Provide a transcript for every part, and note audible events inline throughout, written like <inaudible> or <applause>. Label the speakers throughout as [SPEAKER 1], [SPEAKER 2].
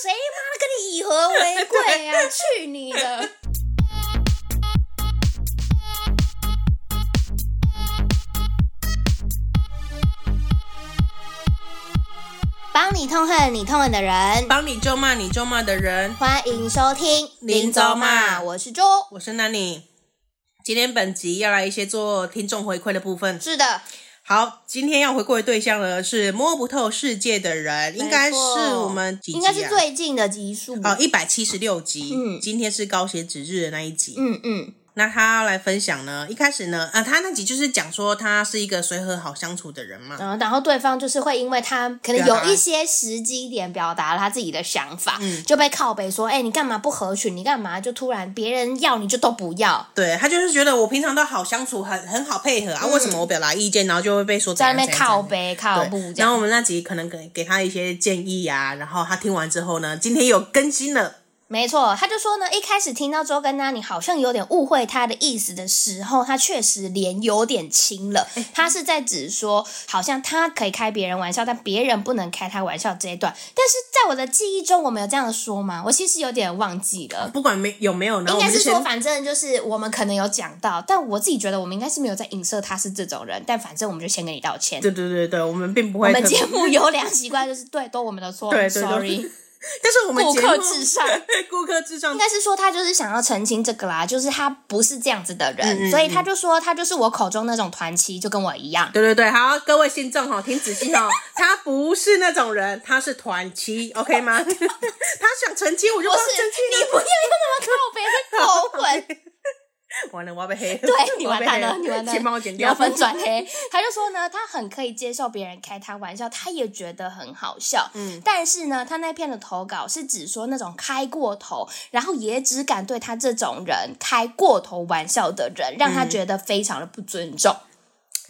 [SPEAKER 1] 谁妈跟你以和为贵啊？去你的！帮你痛恨你痛恨的人，
[SPEAKER 2] 帮你咒骂你咒骂的人，
[SPEAKER 1] 欢迎收听
[SPEAKER 2] 林州骂
[SPEAKER 1] 我是周。
[SPEAKER 2] 我是 Nanny。今天本集要来一些做听众回馈的部分。
[SPEAKER 1] 是的，
[SPEAKER 2] 好，今天要回馈的对象呢是摸不透世界的人，应该
[SPEAKER 1] 没
[SPEAKER 2] 是
[SPEAKER 1] 错
[SPEAKER 2] 我们几集、啊？
[SPEAKER 1] 应该是最近的集数。
[SPEAKER 2] 哦，一百七十六集。
[SPEAKER 1] 嗯
[SPEAKER 2] 今天是高血脂日的那一集。
[SPEAKER 1] 嗯嗯，
[SPEAKER 2] 那他要来分享呢，一开始呢，啊，他那集就是讲说他是一个随和好相处的人嘛。
[SPEAKER 1] 然嗯后然后对方就是会因为他可能
[SPEAKER 2] 表达
[SPEAKER 1] 有一些时机点表达了他自己的想法，
[SPEAKER 2] 嗯
[SPEAKER 1] 就被靠北说：“哎、你干嘛不合群？你干嘛就突然别人要你就都不要？
[SPEAKER 2] 对他就是觉得我平常都好相处，很很好配合啊，为什么我表达意见，然后就会被说怎
[SPEAKER 1] 嗯在
[SPEAKER 2] 样
[SPEAKER 1] 那边
[SPEAKER 2] 怎样怎
[SPEAKER 1] 靠
[SPEAKER 2] 样
[SPEAKER 1] 北靠步
[SPEAKER 2] 对，
[SPEAKER 1] 这
[SPEAKER 2] 然
[SPEAKER 1] 样。
[SPEAKER 2] 后我们那集可能给给他一些建议啊，然后他听完之后呢，今天有更新了，”
[SPEAKER 1] 没错，他就说呢，一开始听到周跟娜你好像有点误会他的意思的时候，他确实脸有点青了。
[SPEAKER 2] 哎
[SPEAKER 1] 他是在指说，好像他可以开别人玩笑，但别人不能开他玩笑这一段。但是在我的记忆中，我们有这样说吗？我其实有点忘记了。
[SPEAKER 2] 不管没有没有，然
[SPEAKER 1] 应
[SPEAKER 2] 后我
[SPEAKER 1] 该
[SPEAKER 2] 们就是先
[SPEAKER 1] 说，反正就是我们可能有讲到，但我自己觉得我们应该是没有在影射他是这种人，但反正我们就先跟你道歉。
[SPEAKER 2] 对对对对，我们并不
[SPEAKER 1] 我
[SPEAKER 2] 会特
[SPEAKER 1] 们
[SPEAKER 2] 别，
[SPEAKER 1] 节目优良习惯就是对，都我们的错
[SPEAKER 2] <laughs> 对 <laughs> 对都
[SPEAKER 1] ，sorry，
[SPEAKER 2] 但是我们
[SPEAKER 1] 顾
[SPEAKER 2] 节
[SPEAKER 1] 客
[SPEAKER 2] 目
[SPEAKER 1] 至
[SPEAKER 2] <laughs>
[SPEAKER 1] 上。
[SPEAKER 2] 顾客至上
[SPEAKER 1] 应，该是说他就是想要澄清这个啦，就是他不是这样子的人，
[SPEAKER 2] 嗯嗯
[SPEAKER 1] 所以他就说他就是我口中那种团妻，就跟我一样。
[SPEAKER 2] 对对对，好，各位信众哈，听仔细哦，他不是那种人，他是团
[SPEAKER 1] <laughs>
[SPEAKER 2] 妻，OK 吗？ <laughs> 他想澄清，我就
[SPEAKER 1] 不
[SPEAKER 2] 帮
[SPEAKER 1] 是
[SPEAKER 2] 他澄清啊
[SPEAKER 1] 你不要用那么靠北的口吻，
[SPEAKER 2] <laughs> 完了，我要被黑了， <laughs>
[SPEAKER 1] 对你
[SPEAKER 2] 我
[SPEAKER 1] 完
[SPEAKER 2] 要被
[SPEAKER 1] 蛋
[SPEAKER 2] 黑
[SPEAKER 1] 了，你完蛋了，
[SPEAKER 2] 请帮我剪掉
[SPEAKER 1] 聊。粉转黑。 <laughs> 他就说呢，他很可以接受别人开他玩笑，他也觉得很好笑。
[SPEAKER 2] 嗯，
[SPEAKER 1] 但是呢，他那篇的投稿是指说那种开过头，然后也只敢对他这种人开过头玩笑的人，让他
[SPEAKER 2] 嗯
[SPEAKER 1] 觉得非常的不尊重。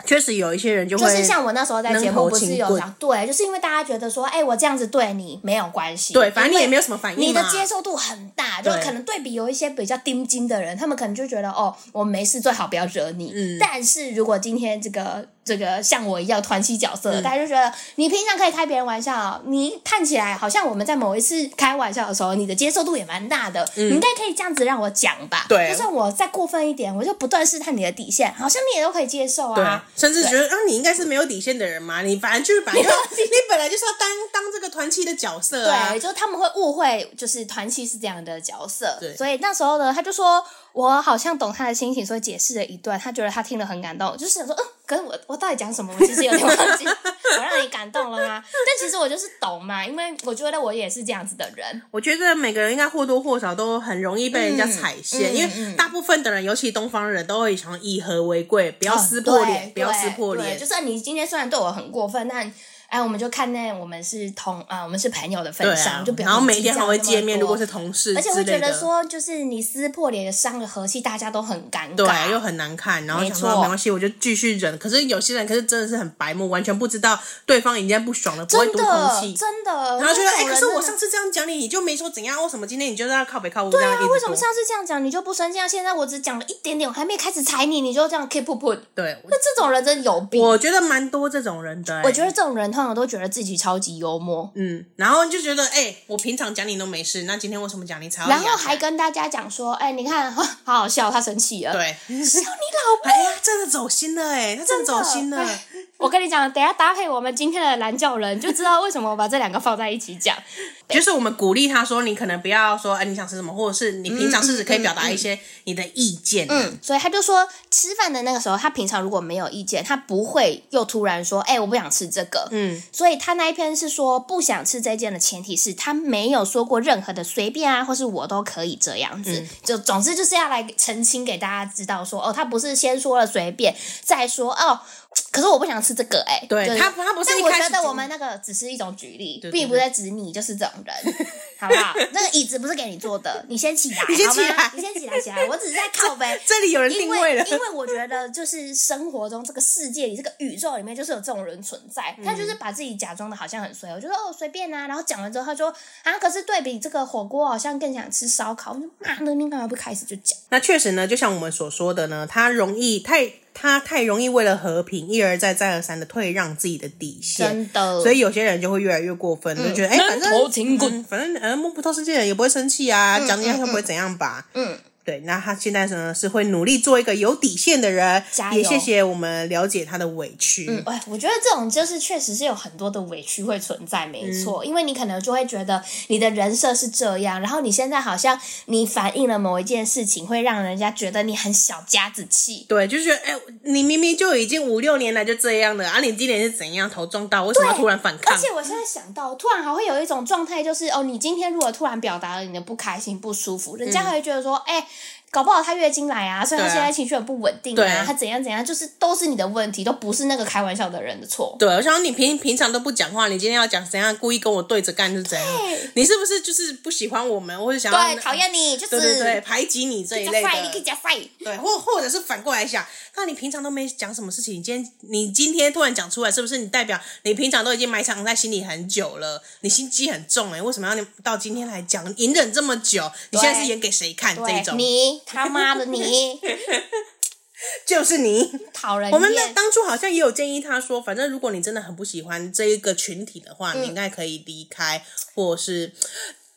[SPEAKER 2] 确实有一些人就会，
[SPEAKER 1] 就是像我那时候在节
[SPEAKER 2] 扔头
[SPEAKER 1] 目不是
[SPEAKER 2] 轻
[SPEAKER 1] 有
[SPEAKER 2] 棍
[SPEAKER 1] 讲，对，就是因为大家觉得说，哎、我这样子对你没有关系，
[SPEAKER 2] 对，反正你也
[SPEAKER 1] 因为
[SPEAKER 2] 没有什么反应嘛，
[SPEAKER 1] 你的接受度很大，就
[SPEAKER 2] 对
[SPEAKER 1] 可能对比有一些比较钉金的人，他们可能就觉得哦，我没事，最好不要惹你。
[SPEAKER 2] 嗯
[SPEAKER 1] 但是如果今天这个这个像我一样团系角色
[SPEAKER 2] 嗯
[SPEAKER 1] 的，大家就觉得你平常可以开别人玩笑，你看起来好像我们在某一次开玩笑的时候，你的接受度也蛮大的，你应该可以这样子让我讲吧。
[SPEAKER 2] 嗯对
[SPEAKER 1] 就算我再过分一点，我就不断试探你的底线，好像你也都可以接受
[SPEAKER 2] 对
[SPEAKER 1] 啊。，
[SPEAKER 2] 甚至觉得啊，你应该是没有底线的人嘛，你反正就是反正你本来就是要担当这个团契的角色啊
[SPEAKER 1] 对，。就是他们会误会，就是团契是这样的角色。
[SPEAKER 2] 对
[SPEAKER 1] 所以那时候呢，他就说我好像懂他的心情，所以解释了一段，他觉得他听了很感动，就是想说，嗯，可是我我到底讲什么？我其实有点忘
[SPEAKER 2] <laughs>
[SPEAKER 1] 记，我让你感动了吗？但其实我就是懂嘛，因为我觉得我也是这样子的人。
[SPEAKER 2] 我觉得每个人应该或多或少都很容易被人家踩线，
[SPEAKER 1] 嗯
[SPEAKER 2] 因为大部分的人，尤其东方人都会想以和为贵，不要撕破
[SPEAKER 1] 嗯
[SPEAKER 2] 脸，
[SPEAKER 1] 哦对
[SPEAKER 2] 不要撕破
[SPEAKER 1] 对
[SPEAKER 2] 脸
[SPEAKER 1] 就。哎算你今天虽然对我很过分，但。哎，我们就看在我们是同啊、我们是朋友的
[SPEAKER 2] 对
[SPEAKER 1] 份上，
[SPEAKER 2] 啊
[SPEAKER 1] 就，不要
[SPEAKER 2] 然后
[SPEAKER 1] 计
[SPEAKER 2] 每天
[SPEAKER 1] 较
[SPEAKER 2] 还会
[SPEAKER 1] 那么
[SPEAKER 2] 见面，如
[SPEAKER 1] 多
[SPEAKER 2] 果是同事
[SPEAKER 1] 而且会
[SPEAKER 2] 之
[SPEAKER 1] 觉
[SPEAKER 2] 类
[SPEAKER 1] 得
[SPEAKER 2] 的，
[SPEAKER 1] 说，就是你撕破脸伤了和气，大家都很尴尬。
[SPEAKER 2] 对，啊又很难看。然后
[SPEAKER 1] 没
[SPEAKER 2] 想说
[SPEAKER 1] 错
[SPEAKER 2] 没关系，我就继续忍。可是有些人，可是真的是很白目，完全不知道对方已经在不爽了，不会
[SPEAKER 1] 真
[SPEAKER 2] 读空
[SPEAKER 1] 的
[SPEAKER 2] 气，
[SPEAKER 1] 真的。
[SPEAKER 2] 然后觉得
[SPEAKER 1] 那种
[SPEAKER 2] 哎、可
[SPEAKER 1] 人
[SPEAKER 2] 是
[SPEAKER 1] 真
[SPEAKER 2] 我
[SPEAKER 1] 的
[SPEAKER 2] 上次这样讲你，你就没说怎样，为什么今天你就在那靠北靠屋这样一直
[SPEAKER 1] 哎啊为什么
[SPEAKER 2] 躲
[SPEAKER 1] 上次这样讲你就不生气啊？现在我只讲了一点点，我还没开始踩你，你就这样 keep put。
[SPEAKER 2] 对，我
[SPEAKER 1] 那这种人真有病。
[SPEAKER 2] 嗯我觉得蛮多这种人的、欸
[SPEAKER 1] 我觉得这种人通常都觉得自己超级幽默，
[SPEAKER 2] 嗯，然后就觉得，哎、我平常讲你都没事，那今天为什么讲你才啊要
[SPEAKER 1] 然后
[SPEAKER 2] 养
[SPEAKER 1] 还跟大家讲说：“哎，你看，好好笑，他生气了。”
[SPEAKER 2] 对，
[SPEAKER 1] <laughs> 笑你老
[SPEAKER 2] 哎呀，真的走心了、哎，他真的走心了，
[SPEAKER 1] 哎我跟你讲，等一下搭配我们今天的蓝教人，就知道为什么我把这两个放在一起讲。
[SPEAKER 2] 就是我们鼓励他说，你可能不要说，哎、你想吃什么，或者是你平常是可以表达一些你的意见、啊
[SPEAKER 1] 嗯，所以他就说，吃饭的那个时候，他平常如果没有意见，他不会又突然说：“哎、我不想吃这个。”
[SPEAKER 2] 嗯，
[SPEAKER 1] 所以他那一篇是说不想吃这件的前提是他没有说过任何的随便啊，或是我都可以这样
[SPEAKER 2] 嗯
[SPEAKER 1] 子。就总之就是要来澄清给大家知道说，哦，他不是先说了随便，再说哦，可是我不想吃这个、哎，
[SPEAKER 2] 对
[SPEAKER 1] 就是
[SPEAKER 2] 他他不是
[SPEAKER 1] 但
[SPEAKER 2] 一
[SPEAKER 1] 我
[SPEAKER 2] 开
[SPEAKER 1] 觉
[SPEAKER 2] 始
[SPEAKER 1] 得
[SPEAKER 2] 就
[SPEAKER 1] 我们那个只是一种举例，
[SPEAKER 2] 对对
[SPEAKER 1] 并不在指你就是这种人，好不好？那个椅子不是给你坐的，你先起来，
[SPEAKER 2] <laughs> 你先
[SPEAKER 1] 好吗
[SPEAKER 2] 起来
[SPEAKER 1] 你先起来，起来，我只是在靠呗。
[SPEAKER 2] 这里有人定
[SPEAKER 1] 因
[SPEAKER 2] 位
[SPEAKER 1] 为
[SPEAKER 2] 了，
[SPEAKER 1] 因为我觉得就是生活中这个世界里这个宇宙里面就是有这种人存在，他就是把自己假装的好像很随和，我就说哦随便啊，然后讲完之后他说啊，可是对比这个火锅好像更想吃烧烤，我就妈的你干嘛不开始就讲？
[SPEAKER 2] 那确实呢，就像我们所说的呢，他容易太他太容易为了和平一而再再而三的退让自己的底线，
[SPEAKER 1] 真的
[SPEAKER 2] 所以有些人就会越来越过分，就觉得哎、
[SPEAKER 1] 闷
[SPEAKER 2] 反正
[SPEAKER 1] 头挺
[SPEAKER 2] 嗯反正哎、嗯，摸不透世界的人也不会生气啊，讲你样又不会怎样吧。
[SPEAKER 1] 嗯，
[SPEAKER 2] 对，那他现在呢是会努力做一个有底线的人，
[SPEAKER 1] 加油
[SPEAKER 2] 也谢谢我们了解他的委屈。
[SPEAKER 1] 嗯，哎，我觉得这种就是确实是有很多的委屈会存在，没错，因为你可能就会觉得你的人设是这样，然后你现在好像你反映了某一件事情，会让人家觉得你很小家子气。
[SPEAKER 2] 对，就是觉得，哎、你明明就已经五六年来就这样了，啊，你今年是怎样头撞到？为什么要突然反
[SPEAKER 1] 而
[SPEAKER 2] 抗？
[SPEAKER 1] 且我现在想到，突然还会有一种状态，就是哦，你今天如果突然表达了你的不开心、不舒服，人家还会觉得说，哎、搞不好她月经来啊，所以她
[SPEAKER 2] 嗯对啊
[SPEAKER 1] 现在情绪很不稳定
[SPEAKER 2] 对
[SPEAKER 1] 啊
[SPEAKER 2] 啊，
[SPEAKER 1] 她怎样怎样，就是都是你的问题，都不是那个开玩笑的人的错。
[SPEAKER 2] 对，我想说你平平常都不讲话，你今天要讲怎样，故意跟我对着干是怎样？你是不是就是不喜欢我们，或者想要
[SPEAKER 1] 对，讨厌你，就是
[SPEAKER 2] 啊对对对排挤你这一
[SPEAKER 1] 加
[SPEAKER 2] 类
[SPEAKER 1] 塞，你可以
[SPEAKER 2] 的？
[SPEAKER 1] 加塞。
[SPEAKER 2] 对，或或者是反过来想，那你平常都没讲什么事情，你今天你今天突然讲出来，是不是你代表你平常都已经埋藏在心里很久了？你心机很重哎、为什么要你到今天来讲？隐忍这么久，你现在是演给谁看？这一
[SPEAKER 1] 对，
[SPEAKER 2] 种
[SPEAKER 1] 你他妈的
[SPEAKER 2] <laughs>
[SPEAKER 1] 你
[SPEAKER 2] 就是你。
[SPEAKER 1] 讨人
[SPEAKER 2] 我们那
[SPEAKER 1] 厌。 <laughs>
[SPEAKER 2] 当初好像也有建议他说，反正如果你真的很不喜欢这一个群体的话，
[SPEAKER 1] 嗯
[SPEAKER 2] 你应该可以离开，或是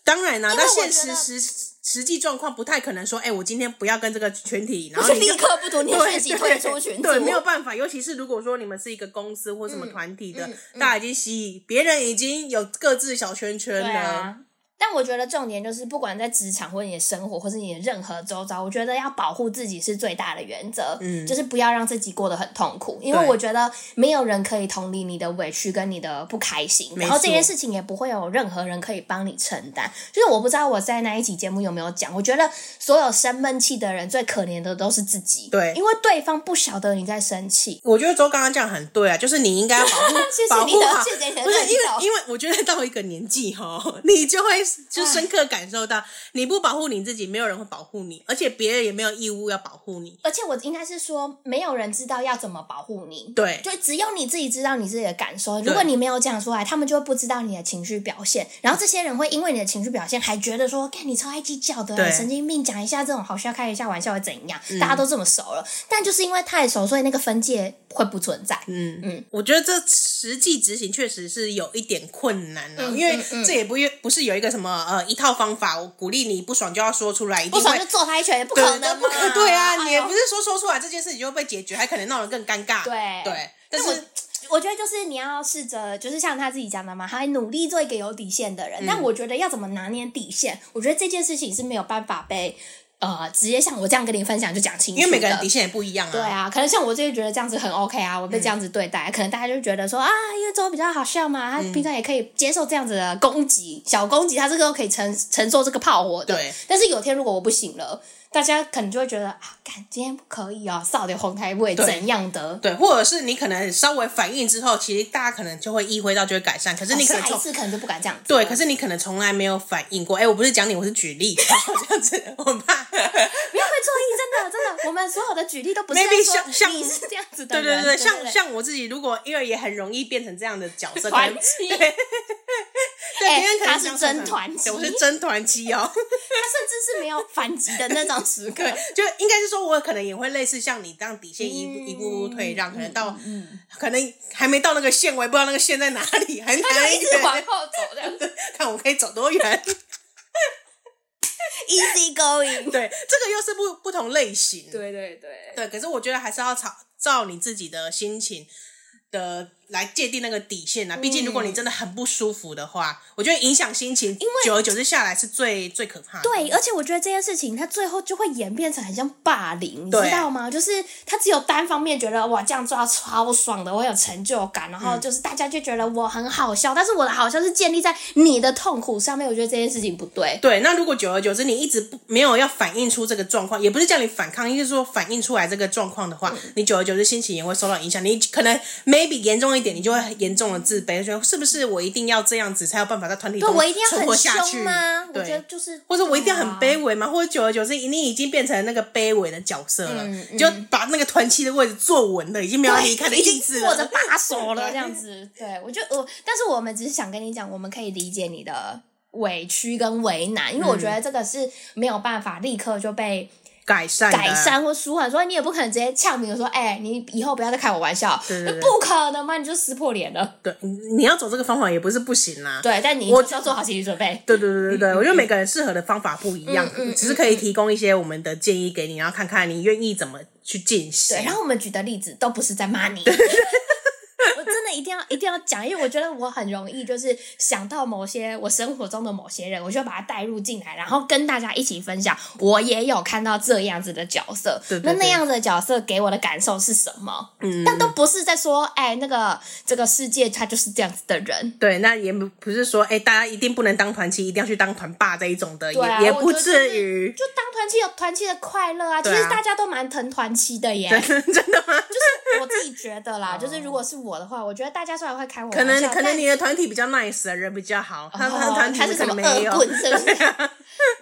[SPEAKER 2] 当然啦、
[SPEAKER 1] 因为
[SPEAKER 2] 但
[SPEAKER 1] 我
[SPEAKER 2] 现
[SPEAKER 1] 觉
[SPEAKER 2] 实
[SPEAKER 1] 得
[SPEAKER 2] 实实际状况不太可能说，哎、我今天不要跟这个群体，然
[SPEAKER 1] 我
[SPEAKER 2] 后
[SPEAKER 1] 就
[SPEAKER 2] 你
[SPEAKER 1] <laughs>
[SPEAKER 2] 就
[SPEAKER 1] 立刻不读你
[SPEAKER 2] 对
[SPEAKER 1] 讯息，退出群组。
[SPEAKER 2] <laughs> 对，没有办法。尤其是如果说你们是一个公司或什么团体的，
[SPEAKER 1] 嗯
[SPEAKER 2] 大家已经吸引别人已经有各自小圈圈
[SPEAKER 1] 对
[SPEAKER 2] 了，
[SPEAKER 1] 啊。但我觉得重点就是，不管在职场或者你的生活，或是你的任何周遭，我觉得要保护自己是最大的原则。嗯，就是不要让自己过得很痛苦，因为
[SPEAKER 2] 对
[SPEAKER 1] 我觉得没有人可以同理你的委屈跟你的不开心，
[SPEAKER 2] 没
[SPEAKER 1] 然后这件
[SPEAKER 2] 错
[SPEAKER 1] 事情也不会有任何人可以帮你承担。就是我不知道我在那一期节目有没有讲，我觉得所有生闷气的人最可怜的都是自己，
[SPEAKER 2] 对
[SPEAKER 1] 因为对方不晓得你在生气。
[SPEAKER 2] 我觉得周刚刚这样很对啊，就是你应该保护
[SPEAKER 1] <laughs> 谢
[SPEAKER 2] 保
[SPEAKER 1] 谢你
[SPEAKER 2] 护
[SPEAKER 1] 的
[SPEAKER 2] 好，
[SPEAKER 1] 谢谢你 <laughs> 的
[SPEAKER 2] 不是
[SPEAKER 1] 认
[SPEAKER 2] 因为
[SPEAKER 1] 同
[SPEAKER 2] 因为我觉得到一个年纪哈， <laughs> 你就会就深刻感受到，你不保护你自己，没有人会保护你，而且别人也没有义务要保护你。
[SPEAKER 1] 而且我应该是说，没有人知道要怎么保护你，
[SPEAKER 2] 对
[SPEAKER 1] 就只有你自己知道你自己的感受。
[SPEAKER 2] 对
[SPEAKER 1] 如果你没有讲出来，他们就会不知道你的情绪表现。然后这些人会因为你的情绪表现，还觉得说，看你超爱计较的，
[SPEAKER 2] 对嗯
[SPEAKER 1] 神经病，讲一下这种好笑，开一下玩笑会怎样？大家都这么熟了，但就是因为太熟，所以那个分界会不存在。
[SPEAKER 2] 嗯
[SPEAKER 1] 嗯，
[SPEAKER 2] 我觉得这实际执行确实是有一点困难啊，
[SPEAKER 1] 嗯
[SPEAKER 2] 因为
[SPEAKER 1] 嗯嗯
[SPEAKER 2] 这也不不是有一个什么呃一套方法，我鼓励你不爽就要说出来，一
[SPEAKER 1] 不
[SPEAKER 2] 定
[SPEAKER 1] 爽就
[SPEAKER 2] 会
[SPEAKER 1] 揍他一拳，不可能
[SPEAKER 2] 对对
[SPEAKER 1] 嘛，
[SPEAKER 2] 不可对啊，你
[SPEAKER 1] 哎
[SPEAKER 2] 也
[SPEAKER 1] 呦
[SPEAKER 2] 不是说说出来这件事情就会被解决，还可能闹得更尴尬。
[SPEAKER 1] 对
[SPEAKER 2] 对，但
[SPEAKER 1] 那我
[SPEAKER 2] 是
[SPEAKER 1] 我觉得就是你要试着，就是像他自己讲的嘛，他努力做一个有底线的人。
[SPEAKER 2] 嗯
[SPEAKER 1] 但我觉得要怎么拿捏底线，我觉得这件事情是没有办法被呃直接像我这样跟你分享就讲清楚
[SPEAKER 2] 因为每个人
[SPEAKER 1] 的
[SPEAKER 2] 底线也不一样啊。
[SPEAKER 1] 对啊，可能像我自己觉得这样子很 OK 啊，我被这样子对待，可能大家就觉得说啊，因为周比较好笑嘛，他平常也可以接受这样子的攻击，小攻击，他这个都可以承承受这个炮火的。
[SPEAKER 2] 对，
[SPEAKER 1] 但是有天如果我不行了，大家可能就会觉得啊，干今天不可以哦，少点红台位
[SPEAKER 2] 对
[SPEAKER 1] 怎样的？
[SPEAKER 2] 对，或者是你可能稍微反应之后，其实大家可能就会意会到，就会改善。可是你可能
[SPEAKER 1] 下
[SPEAKER 2] 从、
[SPEAKER 1] 一次可能就不敢这样子了。
[SPEAKER 2] 对，可是你可能从来没有反应过。哎、我不是讲你，我是举
[SPEAKER 1] <laughs>
[SPEAKER 2] 例，然后这样子，我怕。
[SPEAKER 1] 不要会错意，真的真的，我们所有的举例都不是
[SPEAKER 2] Maybe
[SPEAKER 1] 在说
[SPEAKER 2] 像像
[SPEAKER 1] 你是这样子的
[SPEAKER 2] 对
[SPEAKER 1] 人，
[SPEAKER 2] 对对，像像我自己，如果因为也很容易变成这样的角色，可
[SPEAKER 1] 团
[SPEAKER 2] 能
[SPEAKER 1] 欺，
[SPEAKER 2] 对
[SPEAKER 1] 哎
[SPEAKER 2] 别人可能
[SPEAKER 1] 他是
[SPEAKER 2] 这样
[SPEAKER 1] 真
[SPEAKER 2] 看
[SPEAKER 1] 团
[SPEAKER 2] 对我是
[SPEAKER 1] 欺
[SPEAKER 2] 真团欺
[SPEAKER 1] <laughs>
[SPEAKER 2] 哦。
[SPEAKER 1] 他甚至是没有反击的那种时刻 <laughs>
[SPEAKER 2] 对。，就应该是说，我可能也会类似像你这样底线一步、
[SPEAKER 1] 嗯
[SPEAKER 2] 一步步退让，可能
[SPEAKER 1] 哦
[SPEAKER 2] 到、可能还没到那个线，我也不知道那个线在哪里，
[SPEAKER 1] <laughs>
[SPEAKER 2] 还
[SPEAKER 1] 他就
[SPEAKER 2] 还
[SPEAKER 1] 一直往后走，这样
[SPEAKER 2] 看我可以走多远。
[SPEAKER 1] <laughs>
[SPEAKER 2] <laughs>
[SPEAKER 1] easy going。
[SPEAKER 2] 对，这个又是不不同类型。
[SPEAKER 1] 对对对，
[SPEAKER 2] 对，可是我觉得还是要照照你自己的心情的来界定那个底线啊。毕竟如
[SPEAKER 1] 嗯
[SPEAKER 2] 果你真的很不舒服的话，我觉得影响心情，因为久而久之下来是最最可怕的。
[SPEAKER 1] 对，而且我觉得这件事情，它最后就会演变成很像霸凌，你
[SPEAKER 2] 对
[SPEAKER 1] 知道吗？就是他只有单方面觉得哇这样做超爽的，我有成就感，然后就是大家就觉得我很好笑，但是我的好笑是建立在你的痛苦上面，我觉得这件事情不对。
[SPEAKER 2] 对，那如果久而久之你一直不没有要反映出这个状况，也不是叫你反抗，应该是说反映出来这个状况的话，
[SPEAKER 1] 嗯
[SPEAKER 2] 你久而久之心情也会受到影响。你可能 maybe 严重一点，你就会严重的自卑，觉得是不是我一定要这样子才有办法在团体
[SPEAKER 1] 对
[SPEAKER 2] 中
[SPEAKER 1] 我一定要
[SPEAKER 2] 存活
[SPEAKER 1] 很
[SPEAKER 2] 下去
[SPEAKER 1] 凶吗？我
[SPEAKER 2] 对
[SPEAKER 1] 觉得就是，
[SPEAKER 2] 或者我一定要很
[SPEAKER 1] 对啊
[SPEAKER 2] 卑微嘛，或者久而久之，你已经变成那个卑微的角色了，
[SPEAKER 1] 嗯
[SPEAKER 2] 你就把那个团契的位置坐稳了，已经没有要离开的
[SPEAKER 1] 已
[SPEAKER 2] 意
[SPEAKER 1] 经
[SPEAKER 2] 思
[SPEAKER 1] 握着
[SPEAKER 2] 了。
[SPEAKER 1] 把手了，这样子。对我就我，但是我们只是想跟你讲，我们可以理解你
[SPEAKER 2] 嗯
[SPEAKER 1] 的委屈跟为难，因为我觉得这个是没有办法立刻就被。
[SPEAKER 2] 改善的啊
[SPEAKER 1] 改善或舒缓，所以你也不可能直接呛别人说，哎、你以后不要再开我玩笑，
[SPEAKER 2] 对对对
[SPEAKER 1] 不可能嘛，你就撕破脸了。
[SPEAKER 2] 对，你你要走这个方法也不是不行啦、
[SPEAKER 1] 对，但你
[SPEAKER 2] 我
[SPEAKER 1] 就是要做好心理准备。
[SPEAKER 2] 对对对对对，我觉得每个人适合的方法不一样，
[SPEAKER 1] 嗯嗯嗯嗯
[SPEAKER 2] 只是可以提供一些我们的建议给你，然后看看你愿意怎么去进行。
[SPEAKER 1] 对，然后我们举的例子都不是在骂你。 <laughs> 我真的一定要一定要讲，因为我觉得我很容易就是想到某些我生活中的某些人，我就把他带入进来，然后跟大家一起分享。我也有看到这样子的角色，
[SPEAKER 2] 对对对
[SPEAKER 1] 那那样子的角色给我的感受是什么？嗯，但都不是在说，哎，那个这个世界它就是这样子的人。
[SPEAKER 2] 对，那也不不是说，哎、大家一定不能当团妻，一定要去当团爸这一种的，
[SPEAKER 1] 对啊，
[SPEAKER 2] 也也
[SPEAKER 1] 我
[SPEAKER 2] 不
[SPEAKER 1] 觉得就是
[SPEAKER 2] 至于。 <laughs>
[SPEAKER 1] 就当团契有团契的快乐啊，其
[SPEAKER 2] 对啊
[SPEAKER 1] 实大家都蛮疼团契的耶。
[SPEAKER 2] 真的吗？
[SPEAKER 1] 就是我自己觉得
[SPEAKER 2] <laughs>
[SPEAKER 1] 啦，就是如果是我的话，我觉得大家虽然会开我玩
[SPEAKER 2] 可
[SPEAKER 1] 笑，
[SPEAKER 2] 能可能
[SPEAKER 1] 但
[SPEAKER 2] 你的团体比较 nice，人比较好，他他的
[SPEAKER 1] 啊哦
[SPEAKER 2] 团体
[SPEAKER 1] 他是
[SPEAKER 2] 可
[SPEAKER 1] 什么
[SPEAKER 2] 能没
[SPEAKER 1] 恶
[SPEAKER 2] 有。啊
[SPEAKER 1] 棍，是不是？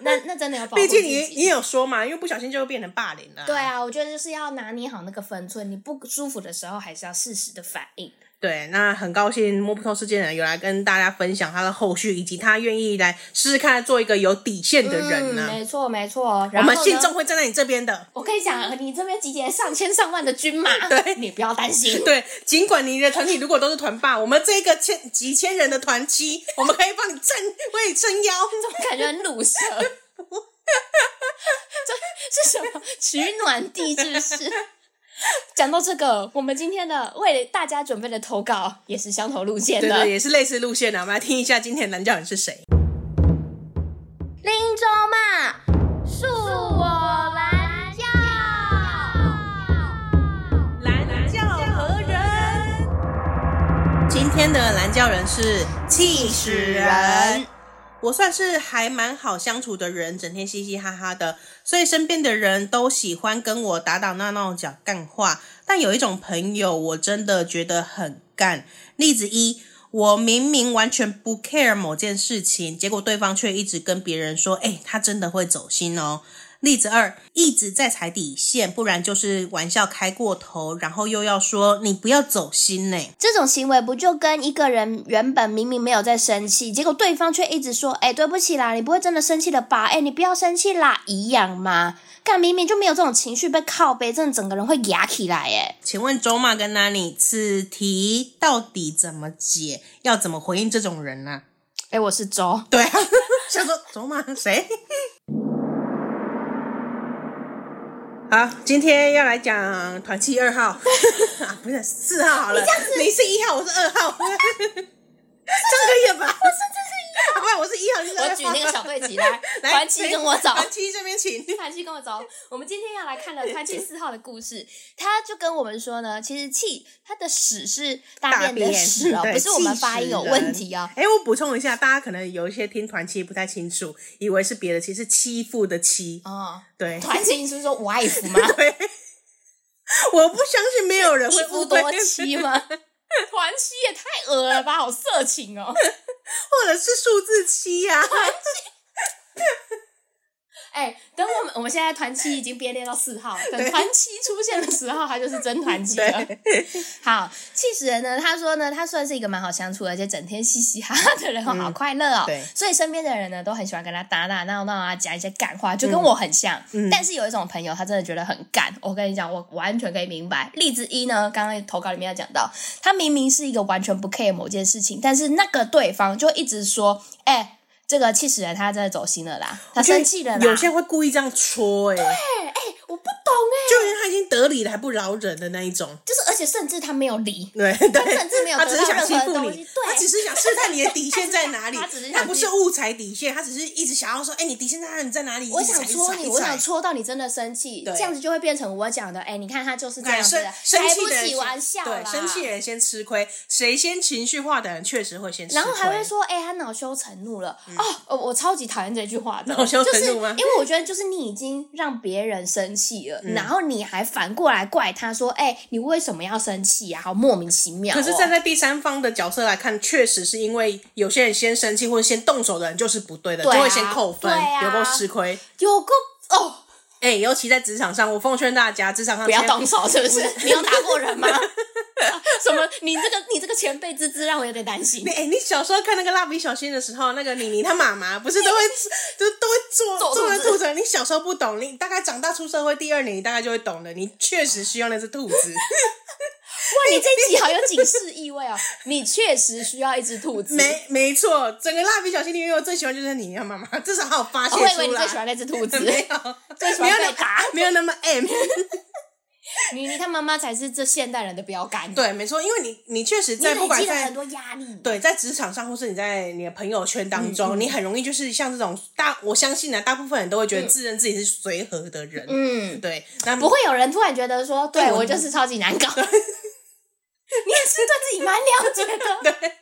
[SPEAKER 1] <laughs> 那那真的要保护
[SPEAKER 2] 毕
[SPEAKER 1] 自
[SPEAKER 2] 竟你
[SPEAKER 1] 己。
[SPEAKER 2] 你有说嘛，因为不小心就会变成霸凌了。
[SPEAKER 1] 对啊，我觉得就是要拿捏好那个分寸，你不舒服的时候还是要适时的反应。
[SPEAKER 2] 对，那很高兴摸不透事件的人有来跟大家分享他的后续，以及他愿意来试试看做一个有底线的人呢、
[SPEAKER 1] 嗯，没错没错。
[SPEAKER 2] 我
[SPEAKER 1] 然后
[SPEAKER 2] 们
[SPEAKER 1] 呢
[SPEAKER 2] 信众，会站在你这边的。
[SPEAKER 1] 我跟你讲，你这边集结上千上万的军马，
[SPEAKER 2] <laughs> 对
[SPEAKER 1] 你不要担心。
[SPEAKER 2] 对，尽管你的团体如果都是团霸，我们这个千几千人的团期，我们可以帮你撑，为你撑腰。
[SPEAKER 1] 怎么感觉很鲁蛇？ <laughs> 这是什么取暖地质是？讲到这个，我们今天的为大家准备的投稿也是相同路线
[SPEAKER 2] 对
[SPEAKER 1] 的。
[SPEAKER 2] 对，也是类似路线的。我们来听一下今天的男教人是谁。
[SPEAKER 1] 林州嘛，恕我蓝教。
[SPEAKER 2] 蓝教何人？今天的蓝教人是气死人。我算是还蛮好相处的人，整天嘻嘻哈哈的，所以身边的人都喜欢跟我打打闹闹、讲干话。但有一种朋友，我真的觉得很干。例子一，我明明完全不 care 某件事情，结果对方却一直跟别人说：“哎、他真的会走心哦。”例子二，一直在踩底线，不然就是玩笑开过头，然后又要说你不要走心呢、
[SPEAKER 1] 这种行为不就跟一个人原本明明没有在生气，结果对方却一直说“哎、对不起啦，你不会真的生气了吧？哎、你不要生气 <laughs> 啦”一样吗？干明明就没有这种情绪被靠背，真的整个人会压起来哎、
[SPEAKER 2] 请问周妈跟 Nani 此题到底怎么解？要怎么回应这种人呢、
[SPEAKER 1] 哎、我是周，
[SPEAKER 2] <laughs> 对啊， <laughs> 想说周妈谁？ <laughs> 好，今天要来讲团契二号 <laughs> 啊，不是四号好了，你是一号，我是二号， <laughs> 这样可以吧？我甚至是一号，不然我是一号，你是二
[SPEAKER 1] 我
[SPEAKER 2] 号
[SPEAKER 1] 举那个小队旗 <laughs> 来
[SPEAKER 2] <laughs> ，来
[SPEAKER 1] 团旗跟我走。
[SPEAKER 2] 团契这边请。
[SPEAKER 1] 团契跟我走，我们今天要来看的团契四号的故事，他就跟我们说呢，其实气它的屎是大便的屎哦，
[SPEAKER 2] 对
[SPEAKER 1] 不是我们发音有问题哦。。
[SPEAKER 2] 气死人哎，我补充一下，大家可能有一些听团欺不太清楚，以为是别的，其实是欺负的欺。
[SPEAKER 1] 哦，
[SPEAKER 2] 对，
[SPEAKER 1] 团契你是不是说 wife
[SPEAKER 2] <laughs>
[SPEAKER 1] 吗？
[SPEAKER 2] 我不相信没有人
[SPEAKER 1] 一
[SPEAKER 2] 会
[SPEAKER 1] 夫
[SPEAKER 2] 误会
[SPEAKER 1] 多，妻吗？ <laughs> 团妻也太恶了吧，好色情哦！
[SPEAKER 2] 或者是数字啊七呀、
[SPEAKER 1] 哎、等我们我们现在团七已经编列到四号，
[SPEAKER 2] 对
[SPEAKER 1] 等团七出现的时候，它就是真团七了。
[SPEAKER 2] 对，
[SPEAKER 1] 好，气死人呢！他说呢，他算是一个蛮好相处的，而且整天嘻嘻哈哈的人，哦，好快乐哦。
[SPEAKER 2] 嗯对
[SPEAKER 1] 所以身边的人呢都很喜欢跟他打打闹闹啊，讲一些干话，就跟我很像。
[SPEAKER 2] 嗯
[SPEAKER 1] 但是有一种朋友，他真的觉得很干。我跟你讲，我完全可以明白。例子一呢，刚刚投稿里面有讲到，他明明是一个完全不 care 某件事情，但是那个对方就一直说，哎、这个气死人，他真的走心了啦，他生气了啦。
[SPEAKER 2] 有些人会故意这样戳、哎，
[SPEAKER 1] 我不懂哎、
[SPEAKER 2] 就因为他已经得理了还不饶人的那一种。
[SPEAKER 1] <laughs> 就是而且甚至他没有理，
[SPEAKER 2] 对对，
[SPEAKER 1] 甚至没有
[SPEAKER 2] 他
[SPEAKER 1] 得
[SPEAKER 2] 只是
[SPEAKER 1] 到
[SPEAKER 2] 想
[SPEAKER 1] 任
[SPEAKER 2] 欺
[SPEAKER 1] 何
[SPEAKER 2] 负
[SPEAKER 1] 东
[SPEAKER 2] 你
[SPEAKER 1] 西，对
[SPEAKER 2] 他只是想试探你的底线在哪里，
[SPEAKER 1] <laughs> 他只是想
[SPEAKER 2] 他不是误踩底线，他只是一直想要说，哎，你底线在哪里？你在哪里？
[SPEAKER 1] 我
[SPEAKER 2] 一直
[SPEAKER 1] 想
[SPEAKER 2] 踩
[SPEAKER 1] 戳
[SPEAKER 2] 一直
[SPEAKER 1] 你，
[SPEAKER 2] 踩
[SPEAKER 1] 我
[SPEAKER 2] 一直
[SPEAKER 1] 想
[SPEAKER 2] 踩
[SPEAKER 1] 戳到你真的生气，
[SPEAKER 2] 对
[SPEAKER 1] 这样子就会变成我讲的，哎、你看他就是这样
[SPEAKER 2] 对，
[SPEAKER 1] 子，
[SPEAKER 2] 生
[SPEAKER 1] 开
[SPEAKER 2] 生气
[SPEAKER 1] 不
[SPEAKER 2] 的人
[SPEAKER 1] 起
[SPEAKER 2] 先
[SPEAKER 1] 玩笑啦，
[SPEAKER 2] 对，生气的人先吃亏，谁先情绪化的人确实会先吃亏。
[SPEAKER 1] 然后还会说，哎、他恼羞成怒了。哦，呃我超级讨厌这句话的，
[SPEAKER 2] 恼羞成怒吗嗯
[SPEAKER 1] 就是因为我觉得就是你已经让别人生气了，然后你还反过来怪他说，哎、你为什么要生气啊？好莫名其妙、哦。
[SPEAKER 2] 可是站在第三方的角色来看，确实是因为有些人先生气或者先动手的人就是不对的，
[SPEAKER 1] 对啊
[SPEAKER 2] 就会先扣分，
[SPEAKER 1] 对啊
[SPEAKER 2] 有够吃亏。
[SPEAKER 1] 有个哦，
[SPEAKER 2] 哎、尤其在职场上，我奉劝大家，职场上
[SPEAKER 1] 不要
[SPEAKER 2] 千
[SPEAKER 1] 动手，是不
[SPEAKER 2] <laughs>
[SPEAKER 1] 是？你有打过人吗？ <laughs> 啊什么？你这个你这个前辈之姿让我有点担心 <laughs>
[SPEAKER 2] 你。哎、你小时候看那个蜡笔小新的时候，那个妮妮她妈妈不是都会就都会做
[SPEAKER 3] 做
[SPEAKER 2] 做
[SPEAKER 3] 兔
[SPEAKER 2] 了
[SPEAKER 3] 子
[SPEAKER 2] 兔子，你小时候不懂，你大概长大出社会第二年，你大概就会懂了。你确实需要那只兔子，
[SPEAKER 1] 哇，你这一集好有警示意味哦！你确实需要一只兔子。
[SPEAKER 2] 没没错。整个蜡笔小新里面，我最喜欢就是你啊，妈 <laughs> 妈，至少还有发泄
[SPEAKER 1] 哦
[SPEAKER 2] 出
[SPEAKER 1] 我
[SPEAKER 2] 来。
[SPEAKER 1] 以为你最喜欢那只兔子，
[SPEAKER 2] <laughs> 没有，
[SPEAKER 1] <laughs> 最喜欢
[SPEAKER 2] 没有
[SPEAKER 1] 被
[SPEAKER 2] 那
[SPEAKER 1] 打。
[SPEAKER 2] <laughs> 没有那么 M。
[SPEAKER 1] 你你看妈妈才是这现代人的标杆，，
[SPEAKER 2] 对，没错，因为你你确实
[SPEAKER 1] 你
[SPEAKER 2] 在不
[SPEAKER 1] 累
[SPEAKER 2] 管
[SPEAKER 1] 积了很
[SPEAKER 2] 在
[SPEAKER 1] 多压力。
[SPEAKER 2] 对在职场上，或是你在你的朋友圈当
[SPEAKER 1] 嗯
[SPEAKER 2] 中，你很容易就是像这种大，我相信呢、啊大部分人都会觉得自认自己是随和的人。
[SPEAKER 1] 嗯，
[SPEAKER 2] 对，那
[SPEAKER 1] 不会有人突然觉得说，对
[SPEAKER 2] 对我
[SPEAKER 1] 我就是超级难搞。你也是对自己蛮了解的，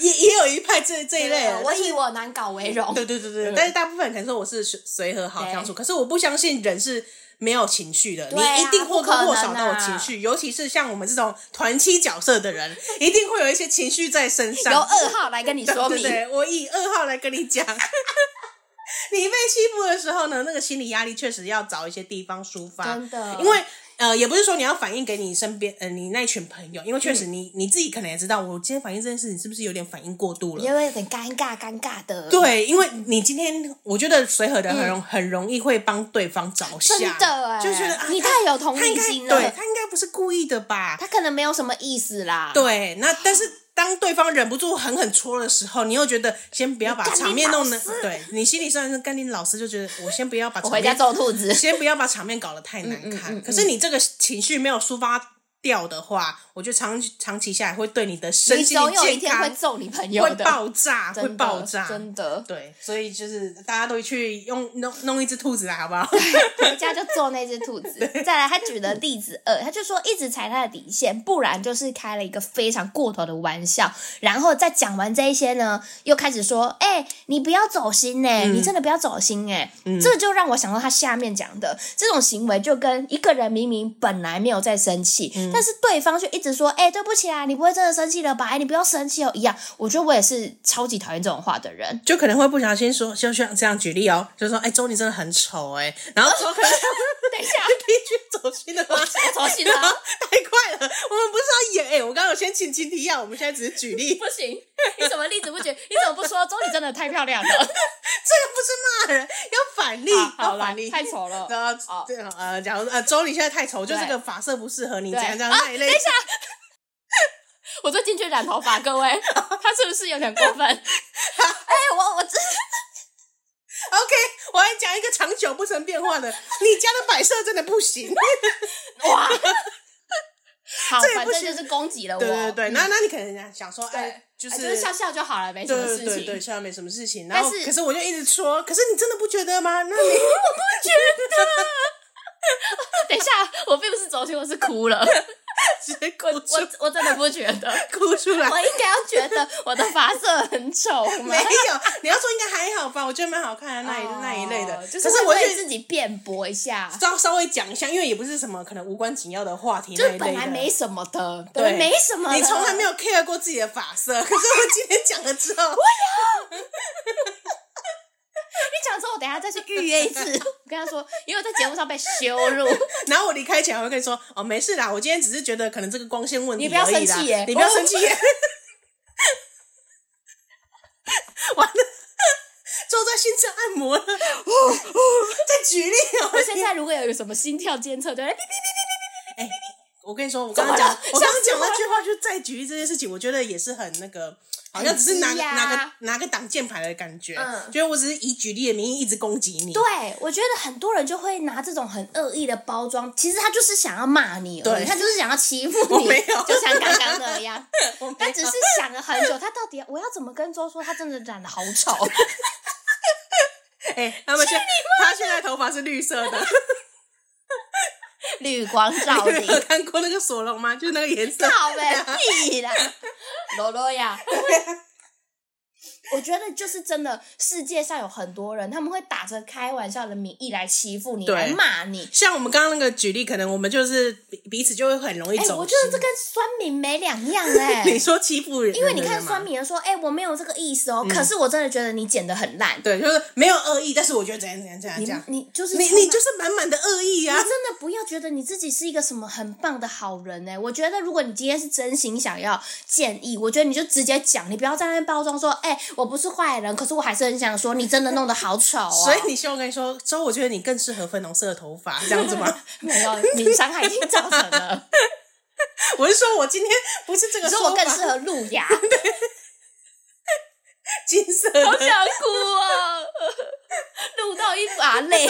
[SPEAKER 2] 也也有一派这这一类人，
[SPEAKER 1] 我以我难搞为荣。
[SPEAKER 2] 对对对对，
[SPEAKER 1] 嗯
[SPEAKER 2] 但是大部分人可能说我是随随和好相处，
[SPEAKER 1] 对
[SPEAKER 2] 可是我不相信人是没有情绪的，
[SPEAKER 1] 对
[SPEAKER 2] 你
[SPEAKER 1] 啊
[SPEAKER 2] 一定或多或少
[SPEAKER 1] 不可
[SPEAKER 2] 都
[SPEAKER 1] 能啊
[SPEAKER 2] 有情绪，尤其是像我们这种团期角色的人，一定会有一些情绪在身上。
[SPEAKER 1] 由二号来跟你说
[SPEAKER 2] 对
[SPEAKER 1] 明
[SPEAKER 2] 对，对，我以二号来跟你讲。 <laughs> 你被欺负的时候呢，那个心理压力确实要找一些地方抒发，
[SPEAKER 1] 真的，
[SPEAKER 2] 因为呃，也不是说你要反映给你身边呃你那一群朋友，因为确
[SPEAKER 1] 嗯
[SPEAKER 2] 实你、你自己可能也知道，我今天反映这件事情是不是有点反应过度了？
[SPEAKER 1] 因为有点尴尬，尴尬的。，
[SPEAKER 2] 对，因为你今天我觉得随和的很容、很容易会帮对方着想，
[SPEAKER 1] 嗯真的哎，
[SPEAKER 2] 就觉得啊
[SPEAKER 1] 你
[SPEAKER 2] 他
[SPEAKER 1] 太有同
[SPEAKER 2] 他应
[SPEAKER 1] 理
[SPEAKER 2] 该
[SPEAKER 1] 心
[SPEAKER 2] 对
[SPEAKER 1] 了，
[SPEAKER 2] 他应该不是故意的吧？
[SPEAKER 1] 他可能没有什么意思啦。
[SPEAKER 2] 对，那但是当对方忍不住狠狠戳的时候，你又觉得先不要把
[SPEAKER 1] 你干你
[SPEAKER 2] 场面弄得
[SPEAKER 1] 老师，
[SPEAKER 2] 对你心里虽然是甘霖老师就觉得我先不要把
[SPEAKER 1] 我
[SPEAKER 2] 场
[SPEAKER 1] 回家
[SPEAKER 2] 面，
[SPEAKER 1] 揍嗯兔子。
[SPEAKER 2] 先不要把场面搞得太难看，可是你这个情绪没有抒发掉的话，我觉得长长期下来会对你的身
[SPEAKER 1] 你
[SPEAKER 2] 心
[SPEAKER 1] 总有一
[SPEAKER 2] 健
[SPEAKER 1] 天会
[SPEAKER 2] 康
[SPEAKER 1] 揍你朋友
[SPEAKER 2] 会
[SPEAKER 1] 的，
[SPEAKER 2] 爆炸，会
[SPEAKER 1] 真的
[SPEAKER 2] 爆炸，
[SPEAKER 1] 真
[SPEAKER 2] <laughs>
[SPEAKER 1] 的。
[SPEAKER 2] 对，所以就是大家都去用弄弄一只兔子来，好不 <laughs> 好？
[SPEAKER 1] 回家就揍那只兔子。再来，他举的例子二，他就说一直踩他的底线，不然就是开了一个非常过头的玩笑。然后再讲完这一些呢，又开始说：“哎、你不要走心呢、
[SPEAKER 2] 嗯
[SPEAKER 1] 你真的不要走心哎、这就让我想到他下面讲的这种行为，就跟一个人明明本来没有在生气，
[SPEAKER 2] 嗯
[SPEAKER 1] 但是对方却一直说：“哎、对不起啊，你不会真的生气了吧？哎、你不要生气哦。”一样，我觉得我也是超级讨厌这种话的
[SPEAKER 2] <laughs>
[SPEAKER 1] 人。
[SPEAKER 2] 就可能会不小心说，就像这样举例哦，就说哎，周你真的很丑哎，
[SPEAKER 1] <laughs>
[SPEAKER 2] 然后周可能
[SPEAKER 1] 等一下，
[SPEAKER 2] 必须走心的话，
[SPEAKER 1] 走心了啊
[SPEAKER 2] 然后太快了，我们不是要演哎，我刚刚有先前情提要，我们现在只是举例，这
[SPEAKER 1] <laughs>
[SPEAKER 2] 个
[SPEAKER 1] 不行，你怎么例子不举？你怎么不说？周你真的太漂亮
[SPEAKER 2] <laughs>
[SPEAKER 1] 了。
[SPEAKER 2] 不是骂人，要反例，
[SPEAKER 1] 好好
[SPEAKER 2] 要
[SPEAKER 1] 啦
[SPEAKER 2] 反例，
[SPEAKER 1] 太丑了
[SPEAKER 2] 然后
[SPEAKER 1] 好
[SPEAKER 2] <laughs> 对呃，假如呃，周你现在太丑，就
[SPEAKER 1] 对
[SPEAKER 2] 这个发色不适合你，
[SPEAKER 1] 对
[SPEAKER 2] 怎样怎样
[SPEAKER 1] 啊
[SPEAKER 2] 那一类
[SPEAKER 1] 等一，下， <laughs> 我最近去染头发，各
[SPEAKER 2] <laughs>
[SPEAKER 1] 位，他是不是有点过分？哎、我我真
[SPEAKER 2] OK，我还讲一个长久不曾变化的，你家的摆设真的不行。 <laughs>
[SPEAKER 1] 哇，好
[SPEAKER 2] 这，也
[SPEAKER 1] 反
[SPEAKER 2] 不
[SPEAKER 1] 正
[SPEAKER 2] 行
[SPEAKER 1] 就是攻击了我。
[SPEAKER 2] 对对对，
[SPEAKER 1] 嗯
[SPEAKER 2] 那那你可能想说，哎
[SPEAKER 1] 对，
[SPEAKER 2] 就
[SPEAKER 1] 啊
[SPEAKER 2] 是
[SPEAKER 1] 就是笑笑就好了，没什
[SPEAKER 2] 对
[SPEAKER 1] 么
[SPEAKER 2] 对
[SPEAKER 1] 事情。
[SPEAKER 2] 对对，虽然没什么事情，然后
[SPEAKER 1] 但是
[SPEAKER 2] 可是我就一直说，可是你真的不觉得吗？那你
[SPEAKER 1] 等一下，我并不是走心，我是哭了。
[SPEAKER 2] <laughs> 直接
[SPEAKER 1] 我
[SPEAKER 2] 哭出
[SPEAKER 1] 我我真的不觉得，
[SPEAKER 2] <laughs> 哭出来
[SPEAKER 1] 我。应该要觉得我的发色很丑吗
[SPEAKER 2] 没？有，你要说应该还好吧，我觉得蛮好看的那一、
[SPEAKER 1] 哦
[SPEAKER 2] 那一类的。
[SPEAKER 1] 就
[SPEAKER 2] 可是
[SPEAKER 1] 会
[SPEAKER 2] 我就
[SPEAKER 1] 为自己辩驳一 <laughs> 下，
[SPEAKER 2] 稍稍微讲一下，因为也不是什么可能无关紧要的话题
[SPEAKER 1] 就
[SPEAKER 2] 那
[SPEAKER 1] 是
[SPEAKER 2] 一类的。
[SPEAKER 1] 本来没什么的，本来
[SPEAKER 2] 对，
[SPEAKER 1] 没什么的，
[SPEAKER 2] 你从来没有 care 过自己的发色，可是我今天讲了之后，
[SPEAKER 1] 你讲之后，我等一下再去预约一 <laughs> 次。我跟他说，因为我在节目上被羞 <laughs> 辱，
[SPEAKER 2] 然后我离开前，我会跟你说：“哦，没事啦，我今天只是觉得可能这个光线问题
[SPEAKER 1] 你不要
[SPEAKER 2] 而已啦
[SPEAKER 1] 生气耶
[SPEAKER 2] 你不要生气耶。”完了，坐在新车按摩了，再举例哦。
[SPEAKER 1] 我现在如果有什么心跳监测，对不对，
[SPEAKER 2] 我跟你说，我刚刚讲，
[SPEAKER 1] 怎么了
[SPEAKER 2] 我刚刚讲那句话，就再举例这件事情，我觉得也是很那个，好像只是拿
[SPEAKER 1] 很
[SPEAKER 2] 个
[SPEAKER 1] 鸡呀
[SPEAKER 2] 拿个拿个挡箭牌的感觉，
[SPEAKER 1] 嗯
[SPEAKER 2] 觉得我只是以举例的名义一直攻击你。
[SPEAKER 1] <laughs> 对我觉得很多人就会拿这种很恶意的包装，其实他就是想要骂你而已，
[SPEAKER 2] 对
[SPEAKER 1] 他就是想要欺 <laughs> 负
[SPEAKER 2] 我
[SPEAKER 1] 你
[SPEAKER 2] 没有，
[SPEAKER 1] 就像刚刚那 <laughs> 样。
[SPEAKER 2] 我没
[SPEAKER 1] 他
[SPEAKER 2] 有
[SPEAKER 1] 只是想了很久，他到底我要怎么跟周说，他真的染的好 <laughs> 丑。
[SPEAKER 2] 哎、他们现他现在头发是绿色的，
[SPEAKER 1] 绿光 <laughs> 照
[SPEAKER 2] 你们有
[SPEAKER 1] 顶，
[SPEAKER 2] 看过那个索隆吗？就是那个
[SPEAKER 1] <laughs>
[SPEAKER 2] 颜色。
[SPEAKER 1] 靠呗，屁啦，罗罗呀。 <laughs> 我觉得就是真的，世界上有很多人，他们会打着开玩笑的名义来欺负你，
[SPEAKER 2] 对
[SPEAKER 1] 来骂你。
[SPEAKER 2] 像我们刚刚那个举例，可能我们就是彼彼此就会很容易
[SPEAKER 1] 哎、
[SPEAKER 2] 走心。
[SPEAKER 1] 我
[SPEAKER 2] <laughs>
[SPEAKER 1] 觉得这跟酸民没两样哎、
[SPEAKER 2] 你说欺负人，
[SPEAKER 1] 因为你看
[SPEAKER 2] 酸
[SPEAKER 1] 酸民说，哎、我没有这个意思哦，可是我真的觉得你剪的很烂，
[SPEAKER 2] 对，就是没有恶意，但是我觉得怎样怎样怎样
[SPEAKER 1] 你
[SPEAKER 2] 这样，
[SPEAKER 1] 你就是
[SPEAKER 2] 你
[SPEAKER 1] 充满
[SPEAKER 2] 你就是满满的恶意啊
[SPEAKER 1] 你！真的不要觉得你自己是一个什么很棒的好人哎、我觉得如果你今天是真心想要建议，我觉得你就直接讲，你不要在那边包装说，哎、我不是坏人，可是我还是很想说，你真的弄得好丑啊、
[SPEAKER 2] 所以你希望我跟你说，周，我觉得你更适合粉红色的头发，这样
[SPEAKER 1] <laughs>
[SPEAKER 2] 子吗？
[SPEAKER 1] 没有，你伤害已经造成 <laughs> 了。
[SPEAKER 2] 我是说我今天不是这
[SPEAKER 1] 你
[SPEAKER 2] 个
[SPEAKER 1] 说我
[SPEAKER 2] 法，
[SPEAKER 1] 更适合露 <laughs> 牙，
[SPEAKER 2] <laughs> 金色
[SPEAKER 1] 好
[SPEAKER 2] 的。
[SPEAKER 1] 想哭 <laughs> 啊！露到一把泪，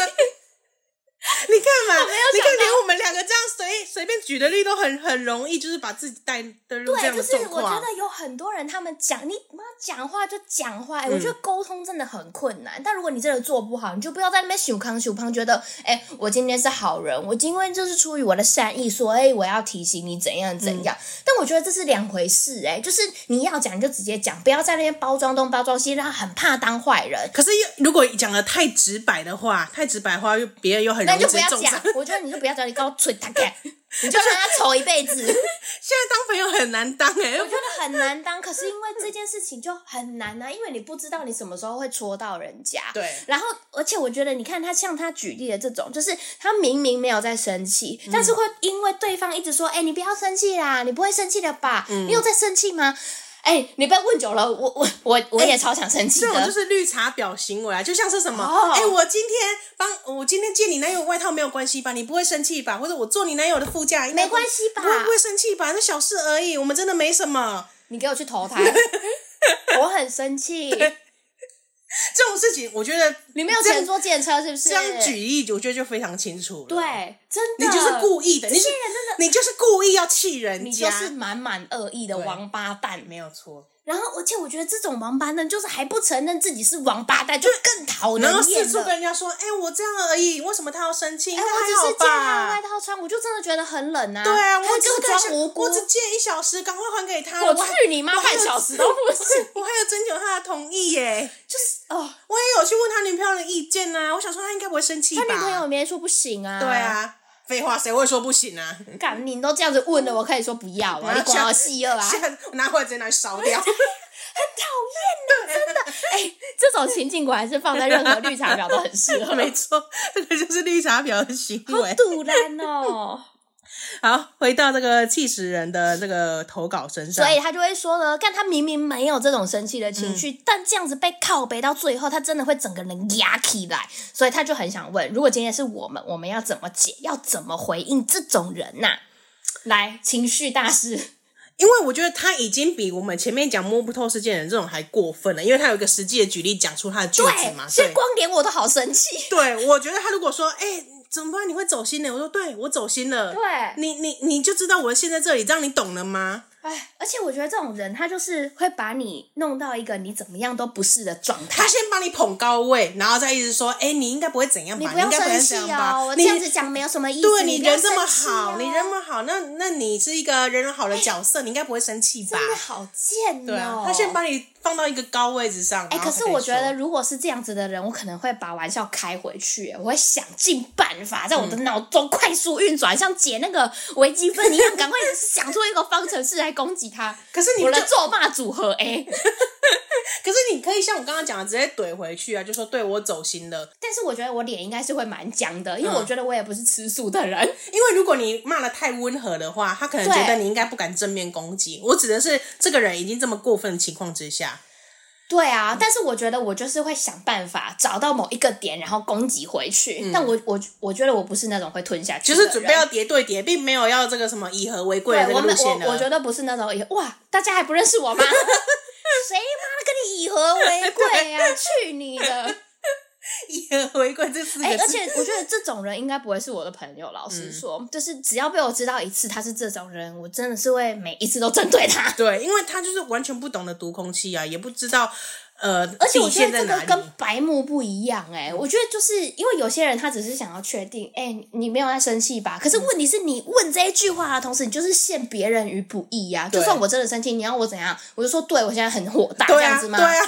[SPEAKER 2] 你看嘛，
[SPEAKER 1] 我没有
[SPEAKER 2] 你看
[SPEAKER 1] 想到
[SPEAKER 2] 连我们两个这样随随便举的例都很很容易，就是把自己带的入
[SPEAKER 1] 对，
[SPEAKER 2] 这样
[SPEAKER 1] 就
[SPEAKER 2] 的
[SPEAKER 1] 是
[SPEAKER 2] 状
[SPEAKER 1] 我
[SPEAKER 2] 况。啊
[SPEAKER 1] 觉得有很多人他们讲你妈讲话就讲话，哎我
[SPEAKER 2] 嗯
[SPEAKER 1] 觉得沟通真的很困难。但如果你真的做不好，你就不要在那边秀康秀康，觉得哎、我今天是好人，我今天就是出于我的善意说，哎、我要提醒你怎样
[SPEAKER 2] 嗯
[SPEAKER 1] 怎样。但我觉得这是两回事、哎，就是你要讲就直接讲，不要在那边包装东包装西，让他很怕当坏人。
[SPEAKER 2] 可是又如果讲的太直白的话，太直白的话，又别人又很
[SPEAKER 1] 那
[SPEAKER 2] 容易
[SPEAKER 1] 就
[SPEAKER 2] 被
[SPEAKER 1] 不要
[SPEAKER 2] 中
[SPEAKER 1] 讲
[SPEAKER 2] 伤。，
[SPEAKER 1] 我觉得你就不要讲，你给我
[SPEAKER 2] <laughs>
[SPEAKER 1] 吹他看，你就让他丑一辈子。
[SPEAKER 2] 现在当朋友很难当哎、
[SPEAKER 1] 我觉得很难当，可是因为这件事情就很难啊，因为你不知道你什么时候会戳到人家。
[SPEAKER 2] 对
[SPEAKER 1] 然后，而且我觉得，你看他像他举例的这种，就是他明明没有在生气，
[SPEAKER 2] 嗯
[SPEAKER 1] 但是会因为对方一直说：“哎、你不要生气啦，你不会生气的吧？
[SPEAKER 2] 嗯
[SPEAKER 1] 你有在生气吗？”哎、你被问久了，我我我我也超想生气
[SPEAKER 2] 这
[SPEAKER 1] 的。
[SPEAKER 2] 种哎就是绿茶婊行为啊，就像是什么，
[SPEAKER 1] 哦
[SPEAKER 2] 哎、我今天帮我今天借你男友外套没有关系吧？你不会生气吧？或者我做你男友的副驾，应该
[SPEAKER 1] 没关系吧
[SPEAKER 2] 不会不会生气吧？那小事而已，我们真的没什么。
[SPEAKER 1] 你给我去投
[SPEAKER 2] <laughs>
[SPEAKER 1] 胎，我很生气。
[SPEAKER 2] 这种事情，我觉得
[SPEAKER 1] 你没有
[SPEAKER 2] 这样
[SPEAKER 1] 钱坐电车是不是？
[SPEAKER 2] 这样举例，我觉得就非常清楚了。，
[SPEAKER 1] 对，真的，
[SPEAKER 2] 你就是故意的，
[SPEAKER 1] 这
[SPEAKER 2] 你是
[SPEAKER 1] 些人真的，
[SPEAKER 2] 你就是故意要气人
[SPEAKER 1] 你就
[SPEAKER 2] 家，
[SPEAKER 1] 是满满恶意的
[SPEAKER 2] 对
[SPEAKER 1] 王八蛋。
[SPEAKER 2] 没有错。
[SPEAKER 1] 然后，而且我觉得这种王八蛋就是还不承认自己是王八蛋，就更讨人
[SPEAKER 2] 然后
[SPEAKER 1] 厌
[SPEAKER 2] 四处跟
[SPEAKER 1] 了。
[SPEAKER 2] 人家说，哎、我这样而已，为什么他要生气？应
[SPEAKER 1] 哎，
[SPEAKER 2] 该
[SPEAKER 1] 我只
[SPEAKER 2] 还好
[SPEAKER 1] 是借啊他的
[SPEAKER 2] 吧
[SPEAKER 1] 外？套穿，我就真的觉得很冷啊。
[SPEAKER 2] 对啊，
[SPEAKER 1] 还
[SPEAKER 2] 我只
[SPEAKER 1] 就是
[SPEAKER 2] 跟
[SPEAKER 1] 装无辜。
[SPEAKER 2] 我只借一小时，赶快还给他了。
[SPEAKER 1] 我
[SPEAKER 2] 我还
[SPEAKER 1] 去你妈！半小时都不行，
[SPEAKER 2] <laughs> 我还有征求他的同意耶，
[SPEAKER 1] 就是哦，
[SPEAKER 2] 我也有去问他女朋友的意见呐、我想说他应该不会生气
[SPEAKER 1] 他
[SPEAKER 2] 吧？
[SPEAKER 1] 女朋友没说不行啊。
[SPEAKER 2] 对，啊，废话，谁会说不行啊？
[SPEAKER 1] 干你都这样子问了，我可以说不要啊，
[SPEAKER 2] 啊
[SPEAKER 1] 你管我细二啊。
[SPEAKER 2] 现在我拿回来直接拿去
[SPEAKER 1] <laughs>
[SPEAKER 2] 烧掉。
[SPEAKER 1] 讨厌的，真的。哎，这种情境果然是放在任何绿茶婊都很适合。
[SPEAKER 2] <laughs> 没错，这个就是绿茶婊的行
[SPEAKER 1] 好
[SPEAKER 2] 为。
[SPEAKER 1] 堵然哦。
[SPEAKER 2] 好，回到这个气死人的这个投稿身上，
[SPEAKER 1] 所以他就会说呢，干他明明没有这种生气的情绪，但这样子被靠背到最后，他真的会整个人压起来。所以他就很想问，如果今天是我们，我们要怎么解，要怎么回应这种人呐、来，情绪大师，
[SPEAKER 2] 因为我觉得他已经比我们前面讲摸不透事件的人这种还过分了，因为他有一个实际的举例讲出他的句子嘛，
[SPEAKER 1] 对，
[SPEAKER 2] 对
[SPEAKER 1] 是光连我都好生气。
[SPEAKER 2] 对，我觉得他如果说，哎、怎么办？你会走心的？我说，对我走心了。
[SPEAKER 1] 对
[SPEAKER 2] 你你你就知道我现在这里，这样你懂了吗？
[SPEAKER 1] 哎，而且我觉得这种人，他就是会把你弄到一个你怎么样都不是的状态
[SPEAKER 2] 他。先帮你捧高位，然后再一直说，哎、你应该不会怎样吧？
[SPEAKER 1] 你
[SPEAKER 2] 你
[SPEAKER 1] 不
[SPEAKER 2] 应
[SPEAKER 1] 要
[SPEAKER 2] 该不
[SPEAKER 1] 生
[SPEAKER 2] 会怎
[SPEAKER 1] 气
[SPEAKER 2] 样吧？
[SPEAKER 1] 哦，我这
[SPEAKER 2] 你
[SPEAKER 1] 样子讲没有什么意思。
[SPEAKER 2] 对
[SPEAKER 1] 你
[SPEAKER 2] 你
[SPEAKER 1] 不要
[SPEAKER 2] 人这么
[SPEAKER 1] 生气哦
[SPEAKER 2] 好，
[SPEAKER 1] 哎
[SPEAKER 2] 你人这么好，那那你是一个人很好的角色，你应该不会生气吧？
[SPEAKER 1] 真的好贱哦。
[SPEAKER 2] 对啊，他先把你放到一个高位置上。
[SPEAKER 1] 哎、
[SPEAKER 2] 然后
[SPEAKER 1] 可
[SPEAKER 2] 才
[SPEAKER 1] 是
[SPEAKER 2] 以
[SPEAKER 1] 我觉
[SPEAKER 2] 说
[SPEAKER 1] 得，如果是这样子的人，我可能会把玩笑开回去，哎我会想尽办法在我的脑中快速运转，像解那个微积分一样，赶快想出一个方程式来攻击 <laughs> 他。
[SPEAKER 2] 可是你
[SPEAKER 1] 我
[SPEAKER 2] 就
[SPEAKER 1] 的咒骂组合哎 A，
[SPEAKER 2] 可是你可以像我刚刚讲的，直接怼回去啊，就说对我走心了。
[SPEAKER 1] 但是我觉得我脸应该是会蛮僵的，因为
[SPEAKER 2] 嗯
[SPEAKER 1] 我觉得我也不是吃素的人。
[SPEAKER 2] 因为如果你骂的太温和的话，他可能
[SPEAKER 1] 对
[SPEAKER 2] 觉得你应该不敢正面攻击。我指的是这个人已经这么过分的情况之下，
[SPEAKER 1] 对啊，但是我觉得我就是会想办法找到某一个点，然后攻击回去。但我我我觉得我不嗯是那种会吞下去
[SPEAKER 2] 就
[SPEAKER 1] 的人，
[SPEAKER 2] 是准备要叠对叠，并没有要这个什么以和为贵
[SPEAKER 1] 对
[SPEAKER 2] 的
[SPEAKER 1] 我
[SPEAKER 2] 这个路
[SPEAKER 1] 们
[SPEAKER 2] 线
[SPEAKER 1] 我我
[SPEAKER 2] 的。
[SPEAKER 1] 觉得不是那种以哇，大家还不认识
[SPEAKER 2] <laughs>
[SPEAKER 1] 我吗？谁妈的跟你以和为贵啊？去你
[SPEAKER 2] <laughs>
[SPEAKER 1] 的！
[SPEAKER 2] 以和为贵这四
[SPEAKER 1] 哎、
[SPEAKER 2] 个
[SPEAKER 1] 而
[SPEAKER 2] 字，
[SPEAKER 1] 且我觉得这种人应该不会是我的朋友。老
[SPEAKER 2] 嗯
[SPEAKER 1] 实说，就是只要被我知道一次他是这种人，我真的是会每一次都针对
[SPEAKER 2] <laughs>
[SPEAKER 1] 他。
[SPEAKER 2] 对，因为他就是完全不懂得读空气啊，也不知道呃，
[SPEAKER 1] 而且我
[SPEAKER 2] 底
[SPEAKER 1] 觉
[SPEAKER 2] 线
[SPEAKER 1] 得
[SPEAKER 2] 在
[SPEAKER 1] 这
[SPEAKER 2] 哪
[SPEAKER 1] 个
[SPEAKER 2] 里。嗯
[SPEAKER 1] 跟白目不一样哎、我觉得就是因为有些人他只是想要确定，哎、你你没有在生气吧？可
[SPEAKER 2] 嗯
[SPEAKER 1] 是问题是你问这一句话的同时，你就是陷别人于不义呀、就
[SPEAKER 2] 对
[SPEAKER 1] 算我真的生气，你要我怎样？我就说对我现在很火大，
[SPEAKER 2] 对
[SPEAKER 1] 这样
[SPEAKER 2] 啊，
[SPEAKER 1] 子
[SPEAKER 2] 对
[SPEAKER 1] 吗？
[SPEAKER 2] 啊，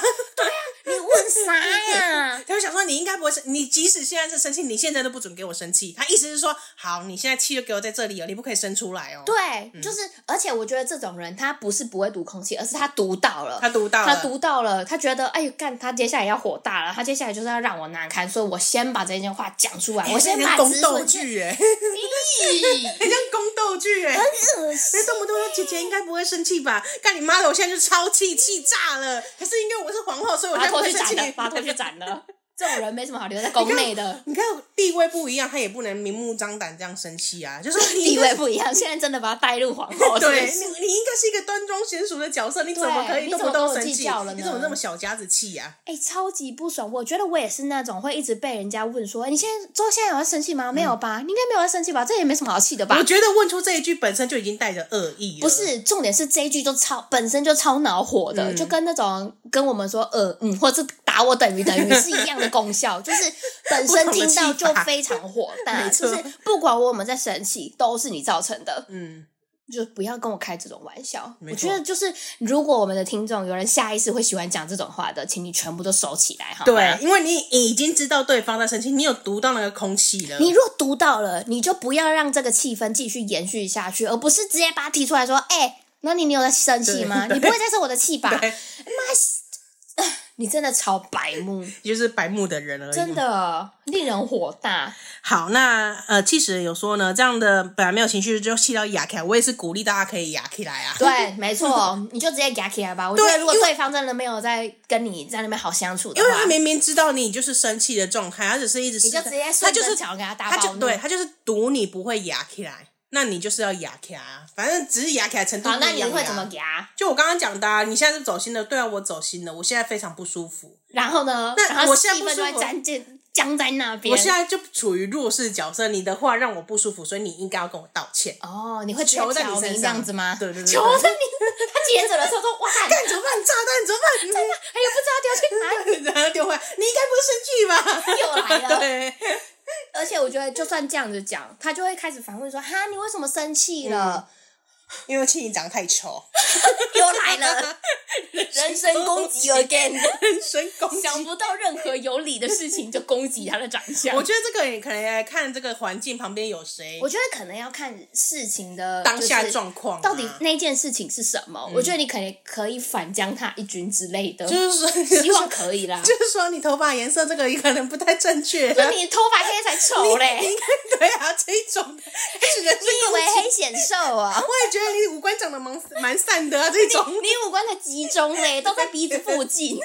[SPEAKER 1] 你问啥呀？
[SPEAKER 2] 他就想说，你应该不会生，你即使现在是生气，你现在都不准给我生气。他意思是说，好，你现在气就给我在这里哦，你不可以生出来哦。
[SPEAKER 1] <laughs> 对，就是，而且我觉得这种人他不是不会读空气，而是他读到了，
[SPEAKER 2] 他读到了，
[SPEAKER 1] 他读到了，他觉得哎呦干，他接下来要火大了，他接下来就是要让我难堪，所以我先把这件话讲出来，
[SPEAKER 2] 哎，
[SPEAKER 1] 我先
[SPEAKER 2] 那
[SPEAKER 1] 把
[SPEAKER 2] 像宫
[SPEAKER 1] 止
[SPEAKER 2] 斗
[SPEAKER 1] 损
[SPEAKER 2] <laughs>
[SPEAKER 1] 去，
[SPEAKER 2] 剧哎，很像宫斗剧哎，
[SPEAKER 1] 很恶心
[SPEAKER 2] 那动不动说姐姐应该不会生气吧？干你妈的！我现在就超气，气炸了。可是因为我是皇后， <laughs> 所以我
[SPEAKER 1] 把
[SPEAKER 2] 现
[SPEAKER 1] 他
[SPEAKER 2] 在
[SPEAKER 1] 拖
[SPEAKER 2] 不
[SPEAKER 1] 去
[SPEAKER 2] 会生
[SPEAKER 1] 斩了，
[SPEAKER 2] 气。
[SPEAKER 1] 把他拖去斩了。 <laughs> 这种人没什么好留在宫内的，
[SPEAKER 2] 你看地位不一样，他也不能明目张胆这样生气啊。就说
[SPEAKER 1] <laughs>
[SPEAKER 2] 你
[SPEAKER 1] 地位不一样。现在真的把他带入皇后，
[SPEAKER 2] 对
[SPEAKER 1] 是
[SPEAKER 2] 你，
[SPEAKER 1] 不是
[SPEAKER 2] 你应该是一个端庄贤淑的角色，你怎么
[SPEAKER 1] 对
[SPEAKER 2] 可以
[SPEAKER 1] 你
[SPEAKER 2] 动
[SPEAKER 1] 怎
[SPEAKER 2] 不
[SPEAKER 1] 么跟
[SPEAKER 2] 动
[SPEAKER 1] 我
[SPEAKER 2] 生
[SPEAKER 1] 计
[SPEAKER 2] 气？啊
[SPEAKER 1] 较了
[SPEAKER 2] 你怎么
[SPEAKER 1] 呢
[SPEAKER 2] 那么小家子气啊呀、
[SPEAKER 1] 哎、超级不爽。我觉得我也是那种会一直被人家问说，哎你现在周现在有在生气吗？没有吧？你应该没有在生气吧？这也没什么好气的吧
[SPEAKER 2] 嗯我？觉得问出这一句本身就已经带着恶意了。
[SPEAKER 1] 不，是，重点是这一句就超本身就超恼火的，
[SPEAKER 2] 嗯
[SPEAKER 1] 就跟那种跟我们说呃嗯，或者是打我等于等于是一样的功效，就是本身听到就非常
[SPEAKER 2] <laughs>
[SPEAKER 1] 火大，
[SPEAKER 2] 没错
[SPEAKER 1] 就是不管我们在生气，都是你造成的。
[SPEAKER 2] 嗯，
[SPEAKER 1] 就不要跟我开这种玩笑。
[SPEAKER 2] 没
[SPEAKER 1] 我
[SPEAKER 2] 错
[SPEAKER 1] 觉得就是，如果我们的听众有人下意识会喜欢讲这种话的，请你全部都收起来哈。
[SPEAKER 2] 对，，因为你已经知道对方在生气，你有读到那个空气了。
[SPEAKER 1] 你若读到了，你就不要让这个气氛继续延续下去，而不是直接把它提出来说：“哎、那你你有在生气吗？
[SPEAKER 2] 对
[SPEAKER 1] 你不会再生我的气吧？”
[SPEAKER 2] 对，
[SPEAKER 1] 你真的超白目，
[SPEAKER 2] 就是白目的人而已。
[SPEAKER 1] 真的令人火大。
[SPEAKER 2] 好，那呃，气死人有说呢，这样的本来没有情绪就气到压起来，我也是鼓励大家可以压起来啊。
[SPEAKER 1] 对，没错，你就直接压起来吧。我觉
[SPEAKER 2] 对
[SPEAKER 1] 得如果
[SPEAKER 2] 因为
[SPEAKER 1] 对方真的没有在跟你在那边好相处的
[SPEAKER 2] <laughs> 因为他
[SPEAKER 1] 话，
[SPEAKER 2] 明明知道你就是生气的状态，他只是一直
[SPEAKER 1] 你就直接
[SPEAKER 2] 他就是
[SPEAKER 1] 想给他打
[SPEAKER 2] 他
[SPEAKER 1] 暴
[SPEAKER 2] 就
[SPEAKER 1] 怒。
[SPEAKER 2] 对他就是赌你不会压起来，那你就是要压起来啊，反正只是压起来程度不
[SPEAKER 1] 好，
[SPEAKER 2] 一样、啊
[SPEAKER 1] 那你会怎么？压？
[SPEAKER 2] 就我刚刚讲的、啊，你现在是走心的，对啊，我走心了，我现在非常不舒服，
[SPEAKER 1] 然后呢？
[SPEAKER 2] 那
[SPEAKER 1] 然后
[SPEAKER 2] 我现在
[SPEAKER 1] 气
[SPEAKER 2] 不
[SPEAKER 1] 氛就
[SPEAKER 2] 舒
[SPEAKER 1] 会
[SPEAKER 2] 服
[SPEAKER 1] 粘进僵在那边。
[SPEAKER 2] 我现在就处于弱势角色，你的话让我不舒服，所以你应该要跟我道歉。
[SPEAKER 1] 哦，你会直接
[SPEAKER 2] 球在你
[SPEAKER 1] 挑
[SPEAKER 2] 身
[SPEAKER 1] 明
[SPEAKER 2] 上
[SPEAKER 1] 这样子吗？
[SPEAKER 2] 对对对对
[SPEAKER 1] 球在你， <laughs> 他截着的时候说：“哇，
[SPEAKER 2] 干怎么办？炸弹怎么办？
[SPEAKER 1] 哎呦，不知道丢去哪里。
[SPEAKER 2] <laughs> 然后就会，你应该不是生气吧？ <laughs>
[SPEAKER 1] 又来 <laughs> 了
[SPEAKER 2] 对，”
[SPEAKER 1] 而且我觉得，就算这样子讲，他就会开始反问说：“哈，你为什么生气了？”
[SPEAKER 2] 因为气你长得
[SPEAKER 1] <laughs>
[SPEAKER 2] 太丑，
[SPEAKER 1] 又来了， <laughs> 人身攻击 again，
[SPEAKER 2] 人身攻击。
[SPEAKER 1] <laughs> 想不到任何有理的事情就攻击他的长相。
[SPEAKER 2] 我觉得这个也可能也看这个环境旁边有谁
[SPEAKER 1] 我，觉得可能要看事情的
[SPEAKER 2] 当下
[SPEAKER 1] 就是
[SPEAKER 2] 状况啊
[SPEAKER 1] 到底那件事情是什么？我觉得你可能可以反将他一军之类的，
[SPEAKER 2] <laughs> 就是
[SPEAKER 1] <laughs>
[SPEAKER 2] 说，
[SPEAKER 1] 希望可以啦。
[SPEAKER 2] 就是说你头发颜色这个也可能不太
[SPEAKER 1] <laughs>
[SPEAKER 2] 正确。
[SPEAKER 1] 可是你头发黑才丑嘞，
[SPEAKER 2] <laughs> 你
[SPEAKER 1] 你
[SPEAKER 2] 看，对啊，这一种的是人身
[SPEAKER 1] 以 <laughs>
[SPEAKER 2] 攻
[SPEAKER 1] 为
[SPEAKER 2] 击。
[SPEAKER 1] 黑显瘦啊？
[SPEAKER 2] 我也觉得你五官长得蛮蛮善的啊，
[SPEAKER 1] <laughs>
[SPEAKER 2] 这种
[SPEAKER 1] 你五官才集中嘞，都在鼻子附近。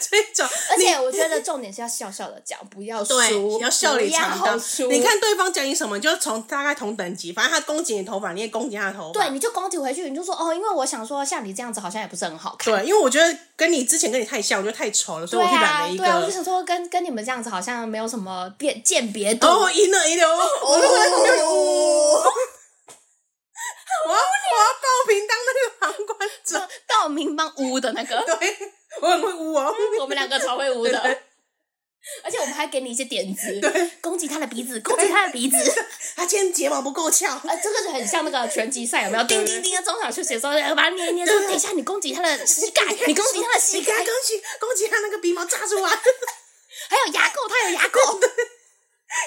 [SPEAKER 2] 这种，
[SPEAKER 1] 而
[SPEAKER 2] 你
[SPEAKER 1] 且我觉得重点是要笑笑的讲，不要输，
[SPEAKER 2] 对要笑里藏
[SPEAKER 1] 不要 <laughs>
[SPEAKER 2] 刀
[SPEAKER 1] 输。。
[SPEAKER 2] 你看对方讲你什么，你就从大概同等级，反正他攻击你头发，你也攻击他的头发。
[SPEAKER 1] 对，你就攻击回去，你就说哦，因为我想说像你这样子好像也不是很好看。
[SPEAKER 2] 对，因为我觉得跟你之前跟你太像，我觉得太丑了，所以我去
[SPEAKER 1] 啊
[SPEAKER 2] 染了，一个。
[SPEAKER 1] 对啊，我就想说跟跟你们这样子好像没有什么辨鉴别度。
[SPEAKER 2] 哦，我赢了，赢了！我我就在旁边
[SPEAKER 1] <laughs>
[SPEAKER 2] 哦， <laughs> 我要我要报名当那个旁观者，
[SPEAKER 1] 道明帮污的那个，
[SPEAKER 2] 对我很会污哦。
[SPEAKER 1] 我们两个超会污的
[SPEAKER 2] 对，
[SPEAKER 1] 而且我们还给你一些点子，攻击他的鼻子，攻击他的鼻子，
[SPEAKER 2] 他今天睫毛不够翘，
[SPEAKER 1] 啊，这个就很像那个拳击赛有没有？
[SPEAKER 2] 对
[SPEAKER 1] 叮
[SPEAKER 2] 对
[SPEAKER 1] 叮叮的中场休息的时候，把它捏一捏，说等一下你攻击他的膝盖，你攻击他的膝
[SPEAKER 2] 你
[SPEAKER 1] 盖
[SPEAKER 2] 给，他攻击攻击他那个鼻毛扎出来，
[SPEAKER 1] 还有牙垢，他有牙
[SPEAKER 2] <laughs>
[SPEAKER 1] 垢。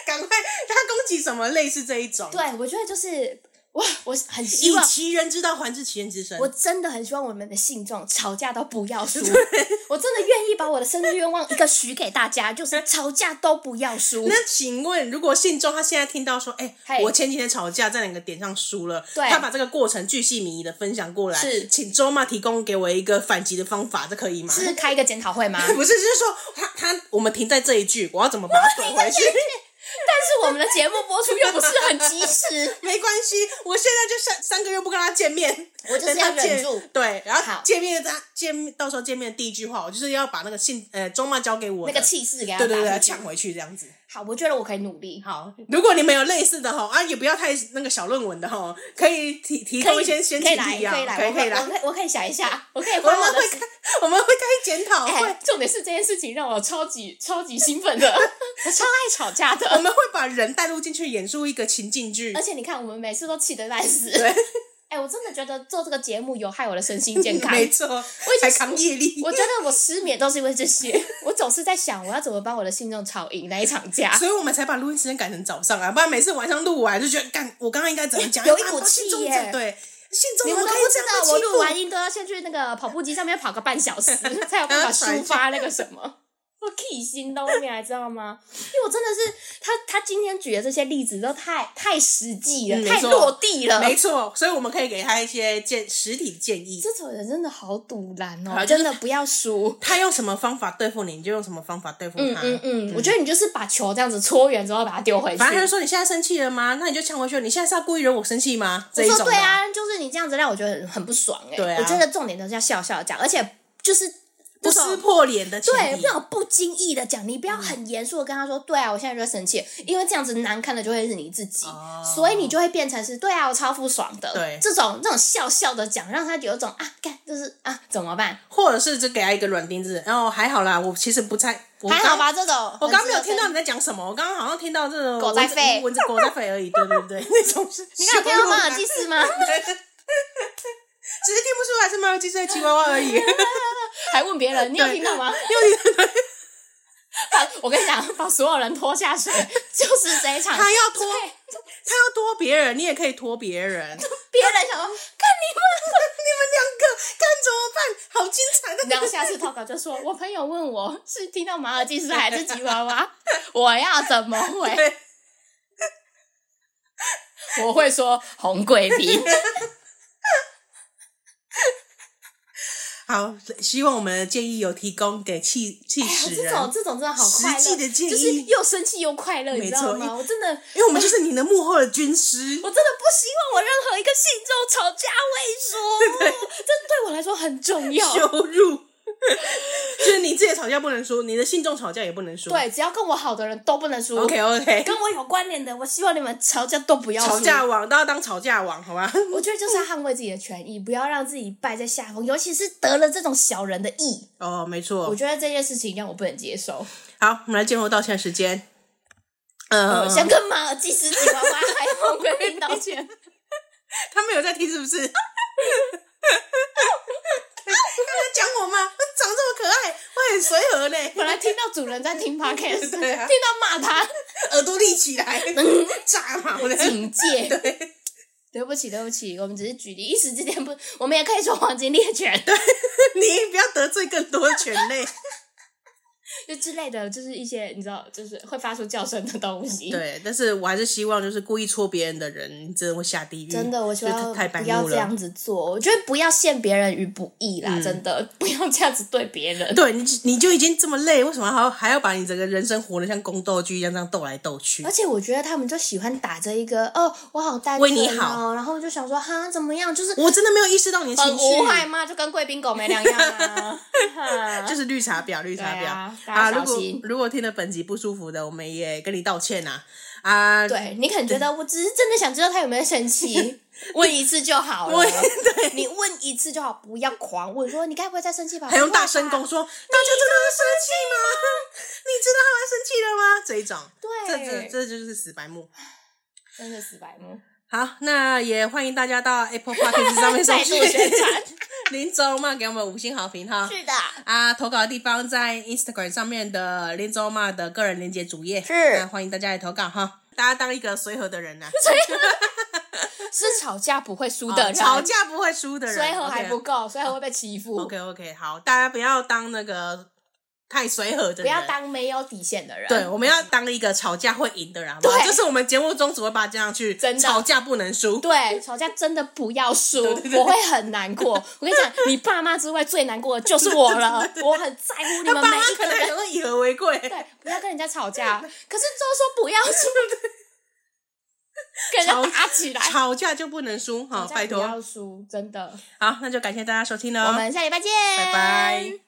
[SPEAKER 2] 赶快他攻击什么类似这一种，
[SPEAKER 1] 对，我觉得就是哇，我很希
[SPEAKER 2] 以
[SPEAKER 1] 望
[SPEAKER 2] 其人之道还治其人之身
[SPEAKER 1] 我。真的很希望我们的信众吵架都不要输，我真的愿意把我的生日愿望一个许给大家，就是吵架都不要输。
[SPEAKER 2] 那请问，如果信众他现在听到说，哎、
[SPEAKER 1] 嘿
[SPEAKER 2] 我前几天吵架在哪个点上输了，
[SPEAKER 1] 对
[SPEAKER 2] 他把这个过程巨细靡遗的分享过来，
[SPEAKER 1] 是
[SPEAKER 2] 请周妈提供给我一个反击的方法，这可以吗？
[SPEAKER 1] 是开一个检讨会吗？
[SPEAKER 2] <laughs> 不是，就是说他他，我们停在这一句，我要怎么把它怼回去？
[SPEAKER 1] <laughs> 但是我们的节目播出又不是很及
[SPEAKER 2] <laughs>
[SPEAKER 1] 时，
[SPEAKER 2] 没关系，我现在就三三个月不跟他见面，
[SPEAKER 1] 我就是
[SPEAKER 2] 等他
[SPEAKER 1] 要忍
[SPEAKER 2] 见
[SPEAKER 1] 住
[SPEAKER 2] 对，然后
[SPEAKER 1] 好
[SPEAKER 2] 见面他见面，到时候见面的第一句话，我就是要把那个信呃中妈交给我
[SPEAKER 1] 那
[SPEAKER 2] 的
[SPEAKER 1] 个气势给他
[SPEAKER 2] 对对
[SPEAKER 1] 打
[SPEAKER 2] 对，
[SPEAKER 1] 出去
[SPEAKER 2] 抢回去这样子。
[SPEAKER 1] 好，我觉得我可以努力。
[SPEAKER 2] 好，如果你们有类似的哈啊，也不要太那个小论文的哈，可以提提
[SPEAKER 1] 可
[SPEAKER 2] 供
[SPEAKER 1] 以
[SPEAKER 2] 一些先
[SPEAKER 1] 可以
[SPEAKER 2] 前
[SPEAKER 1] 来，
[SPEAKER 2] 提啊，
[SPEAKER 1] 可以来，我
[SPEAKER 2] 可以可以
[SPEAKER 1] 会
[SPEAKER 2] 来
[SPEAKER 1] 我，可以我可以想一下，
[SPEAKER 2] <laughs>
[SPEAKER 1] 我可以
[SPEAKER 2] 我
[SPEAKER 1] 花我
[SPEAKER 2] 们
[SPEAKER 1] 的
[SPEAKER 2] 会
[SPEAKER 1] 时
[SPEAKER 2] 开我们会开检讨会
[SPEAKER 1] 哎，，重点是这件事情让我超级超级兴奋的，
[SPEAKER 2] <laughs>
[SPEAKER 1] 我超爱吵架
[SPEAKER 2] 我
[SPEAKER 1] 的。呃
[SPEAKER 2] 们会把人带入进去，演出一个情境剧
[SPEAKER 1] 而。且你看，我们每次都气得半死。 <laughs> 哎、我真的觉得做这个节目有害我的身心
[SPEAKER 2] <laughs>
[SPEAKER 1] 健康。
[SPEAKER 2] 没错，我
[SPEAKER 1] 已经
[SPEAKER 2] 才扛业力，
[SPEAKER 1] 我觉得我失眠都是因为这些， <laughs> 我总是在想我要怎么帮我的信众吵赢那一场架。
[SPEAKER 2] <laughs> 所以我们才把录音时间改成早上啊，不然每次晚上录完就觉得，干，我刚刚应该怎么讲？
[SPEAKER 1] 有一股
[SPEAKER 2] 啊信
[SPEAKER 1] 气
[SPEAKER 2] 中
[SPEAKER 1] 耶
[SPEAKER 2] 者对，信中
[SPEAKER 1] 你们
[SPEAKER 2] 我
[SPEAKER 1] 都
[SPEAKER 2] 可
[SPEAKER 1] 不
[SPEAKER 2] 以
[SPEAKER 1] 知
[SPEAKER 2] 这样
[SPEAKER 1] 道，
[SPEAKER 2] 子
[SPEAKER 1] 我
[SPEAKER 2] 欺
[SPEAKER 1] 录
[SPEAKER 2] 负
[SPEAKER 1] 完音都要先去那个跑步机上面跑个半小
[SPEAKER 2] <laughs>
[SPEAKER 1] 时，才有办法抒发那个什么。我气心都你还知道吗？因为我真的是他，他今天举的这些例子都太太实际了，
[SPEAKER 2] 嗯没
[SPEAKER 1] 太
[SPEAKER 2] 错
[SPEAKER 1] 落地了。
[SPEAKER 2] 没错，所以我们可以给他一些建实体建议。
[SPEAKER 1] 这种人真的好堵然哦，
[SPEAKER 2] 好就是
[SPEAKER 1] 真的不要输。
[SPEAKER 2] 他用什么方法对付你，你就用什么方法对付
[SPEAKER 1] 嗯
[SPEAKER 2] 他。
[SPEAKER 1] 嗯嗯，我觉得你就是把球这样子搓圆之后把它丢回去。
[SPEAKER 2] 反正他就说你现在生气了吗？那你就呛回去。你现在是要故意惹我生气吗？这
[SPEAKER 1] 我
[SPEAKER 2] 一种
[SPEAKER 1] 说
[SPEAKER 2] 的
[SPEAKER 1] 对，啊，就是你这样子让我觉得很很不爽哎、
[SPEAKER 2] 对啊
[SPEAKER 1] 我觉得重点都是要笑笑讲，而且就是
[SPEAKER 2] 不
[SPEAKER 1] 那种
[SPEAKER 2] 撕破脸的情
[SPEAKER 1] 对
[SPEAKER 2] 谊
[SPEAKER 1] 那种不经意的讲，你不要很严肃的跟他说，对啊，我现在就在生气，因为这样子难看的就会是你自己，
[SPEAKER 2] 哦
[SPEAKER 1] 所以你就会变成是，对啊，我超不爽的。
[SPEAKER 2] 对
[SPEAKER 1] 这种这种笑笑的讲，让他有一种啊，干就是啊，怎么办？
[SPEAKER 2] 或者是只给他一个软钉子。然后还好啦，我其实不太，我
[SPEAKER 1] 还好
[SPEAKER 2] 刚
[SPEAKER 1] 吧，这种
[SPEAKER 2] 我刚没有
[SPEAKER 1] 很值得
[SPEAKER 2] 听到
[SPEAKER 1] 生
[SPEAKER 2] 你在讲什么，我刚刚好像听到这种
[SPEAKER 1] 狗在吠
[SPEAKER 2] 蚊子狗在吠而已，对对
[SPEAKER 1] <laughs>
[SPEAKER 2] 对，那种是
[SPEAKER 1] 你看有听到马尔济
[SPEAKER 2] <laughs> 只
[SPEAKER 1] 斯吗？
[SPEAKER 2] 是听不出来是马尔济斯的吉娃娃而已。
[SPEAKER 1] <laughs> 还问别人，你有听到 <laughs> 吗？
[SPEAKER 2] 因为
[SPEAKER 1] 把我跟你讲，把所有人拖下水， <laughs> 就是这一场。
[SPEAKER 2] 他要拖，
[SPEAKER 1] 对
[SPEAKER 2] 他要拖别人，你也可以拖别
[SPEAKER 1] <laughs>
[SPEAKER 2] 人。 <laughs>
[SPEAKER 1] 别人想说，看你们。
[SPEAKER 2] 你们两个看怎么办？好精彩的！
[SPEAKER 1] 然后下次投稿就说，我朋友问我是听到马尔济斯还是吉娃娃，我要怎么回？
[SPEAKER 2] 对，
[SPEAKER 1] 我会说红贵 <laughs> 宾。
[SPEAKER 2] 好，希望我们的建议有提供给气气使
[SPEAKER 1] 哎这
[SPEAKER 2] 人，
[SPEAKER 1] 种这种真的好快乐，
[SPEAKER 2] 实际的建议
[SPEAKER 1] 就是又生气又快乐，你知道
[SPEAKER 2] 没
[SPEAKER 1] 吗？
[SPEAKER 2] 错
[SPEAKER 1] 我真的，我
[SPEAKER 2] 因为我们就是你的幕后的军
[SPEAKER 1] <laughs>
[SPEAKER 2] 师。
[SPEAKER 1] 真的不希望我任何一个信众吵架为输，这对我来说很重要。
[SPEAKER 2] 羞辱， <laughs> 就是你自己的吵架不能输，你的信众吵架也不能输。
[SPEAKER 1] 对，只要跟我好的人都不能输。
[SPEAKER 2] ，OK OK，
[SPEAKER 1] 跟我有关联的，我希望你们吵架都不要输
[SPEAKER 2] 吵架王都要当吵架王，好吧？
[SPEAKER 1] 我觉得就是要捍卫自己的权益，不要让自己败在下风，尤其是得了这种小人的意。
[SPEAKER 2] <laughs> 哦，没
[SPEAKER 1] 我
[SPEAKER 2] 错。
[SPEAKER 1] 觉得这件事情让我不能接受。
[SPEAKER 2] 好，我们来进入道歉时间。呃，
[SPEAKER 1] 呃，想跟马尔济斯吉娃娃还有红贵宾道
[SPEAKER 2] <laughs>
[SPEAKER 1] 歉。
[SPEAKER 2] 他们有在听是不是？ <laughs> 他们在讲我吗？长这么可爱，我很随和呢，
[SPEAKER 1] 本来听到主人在听 podcast，
[SPEAKER 2] <laughs> 对啊
[SPEAKER 1] 听到骂他，
[SPEAKER 2] 耳朵立起来， <laughs> 炸毛
[SPEAKER 1] <laughs>
[SPEAKER 2] 的。
[SPEAKER 1] 警戒。
[SPEAKER 2] <laughs>
[SPEAKER 1] 对，不起，对不起，我们只是举例，一时之间不，我们也可以说黄金猎犬，
[SPEAKER 2] <laughs> 你不要得罪更多的犬类。
[SPEAKER 1] 就之类的，就是一些你知道，就是会发出叫声的东西。，
[SPEAKER 2] 对，但是我还是希望，就是故意戳别人的人，真的会下地狱。
[SPEAKER 1] 真的，我希
[SPEAKER 2] 就
[SPEAKER 1] 望
[SPEAKER 2] 太白
[SPEAKER 1] 不要
[SPEAKER 2] 目
[SPEAKER 1] 这
[SPEAKER 2] 了。嗯
[SPEAKER 1] 样子做。我觉得不要陷别人于不义啦，真的 <laughs> 不要这样子对别人。
[SPEAKER 2] 对你，你就已经这么累，为什么还要还要把你整个人生活得像宫斗剧一样，这样斗来斗去
[SPEAKER 1] 而？且我觉得他们就喜欢打着一个哦，我好单纯、哦、
[SPEAKER 2] 为你好
[SPEAKER 1] 然后我就想说哈怎么样，就是
[SPEAKER 2] 我真的没有意识到你的
[SPEAKER 1] 很
[SPEAKER 2] 情绪
[SPEAKER 1] 无，害嘛，就跟贵宾狗没两样
[SPEAKER 2] <laughs>
[SPEAKER 1] 啊。哈
[SPEAKER 2] 就是绿茶婊，绿茶
[SPEAKER 1] 对
[SPEAKER 2] 婊
[SPEAKER 1] 啊大家
[SPEAKER 2] 如
[SPEAKER 1] 小
[SPEAKER 2] 果
[SPEAKER 1] 心
[SPEAKER 2] 如果听了本集不舒服的，我们也跟你道歉呐、啊。啊，
[SPEAKER 1] 对你可能觉得我只是真的想知道他有没有生气，问一次就好了。
[SPEAKER 2] <laughs> 问
[SPEAKER 1] 对，你问一次就好，不要狂问说你该不会再生气吧？
[SPEAKER 2] 还用大声公
[SPEAKER 1] 不会吧。
[SPEAKER 2] 说：“大家真的要生气吗？ <laughs> 你知道他们生气了吗？”这一种，
[SPEAKER 1] 对，
[SPEAKER 2] 这这这就是死白目。
[SPEAKER 1] 真的死白目，
[SPEAKER 2] 好，那也欢迎大家到
[SPEAKER 1] <laughs>
[SPEAKER 2] Apple Podcast 上面搜
[SPEAKER 1] 再
[SPEAKER 2] 寻
[SPEAKER 1] 度宣传。
[SPEAKER 2] 林州嘛，给我们五星好评哈。
[SPEAKER 1] 是的，
[SPEAKER 2] 啊，投稿的地方在 Instagram 上面的林州嘛的个人连接主页，
[SPEAKER 1] 是
[SPEAKER 2] 那欢迎大家来投稿哈。大家当一个随和的人呐、
[SPEAKER 1] 是吵架不会输
[SPEAKER 2] 啊，
[SPEAKER 1] 的人，
[SPEAKER 2] 嗯吵架不会输的人，
[SPEAKER 1] 随和还
[SPEAKER 2] OK
[SPEAKER 1] 不够，随和会被欺负。
[SPEAKER 2] OK OK，好，大家不要当那个太随和的
[SPEAKER 1] 不
[SPEAKER 2] 人，
[SPEAKER 1] 要。当没有底线的人。
[SPEAKER 2] 对，我们要当一个吵架会赢的人，好不好？
[SPEAKER 1] 对
[SPEAKER 2] 这是我们节目中只会把它加上去，
[SPEAKER 1] 真的
[SPEAKER 2] 吵架不能输。
[SPEAKER 1] 对，吵架真的不要输，
[SPEAKER 2] 对对对
[SPEAKER 1] 我会很难过。我跟你讲，你爸妈之外最难过的
[SPEAKER 2] <laughs>
[SPEAKER 1] 就是我了，我很在乎你
[SPEAKER 2] 那
[SPEAKER 1] 们
[SPEAKER 2] 爸
[SPEAKER 1] 每
[SPEAKER 2] 妈
[SPEAKER 1] 一
[SPEAKER 2] 可
[SPEAKER 1] 个
[SPEAKER 2] 能还
[SPEAKER 1] 人。
[SPEAKER 2] 想说以和为贵，
[SPEAKER 1] 对，不要跟人家吵架。可是都说不要输， <laughs> 跟人家打起来，
[SPEAKER 2] 吵架就不能输哈，
[SPEAKER 1] 吵架
[SPEAKER 2] 拜
[SPEAKER 1] 不
[SPEAKER 2] 托。
[SPEAKER 1] 要输，真的。
[SPEAKER 2] 好，那就感谢大家收听喽，哦
[SPEAKER 1] 我们下礼拜见，
[SPEAKER 2] 拜拜。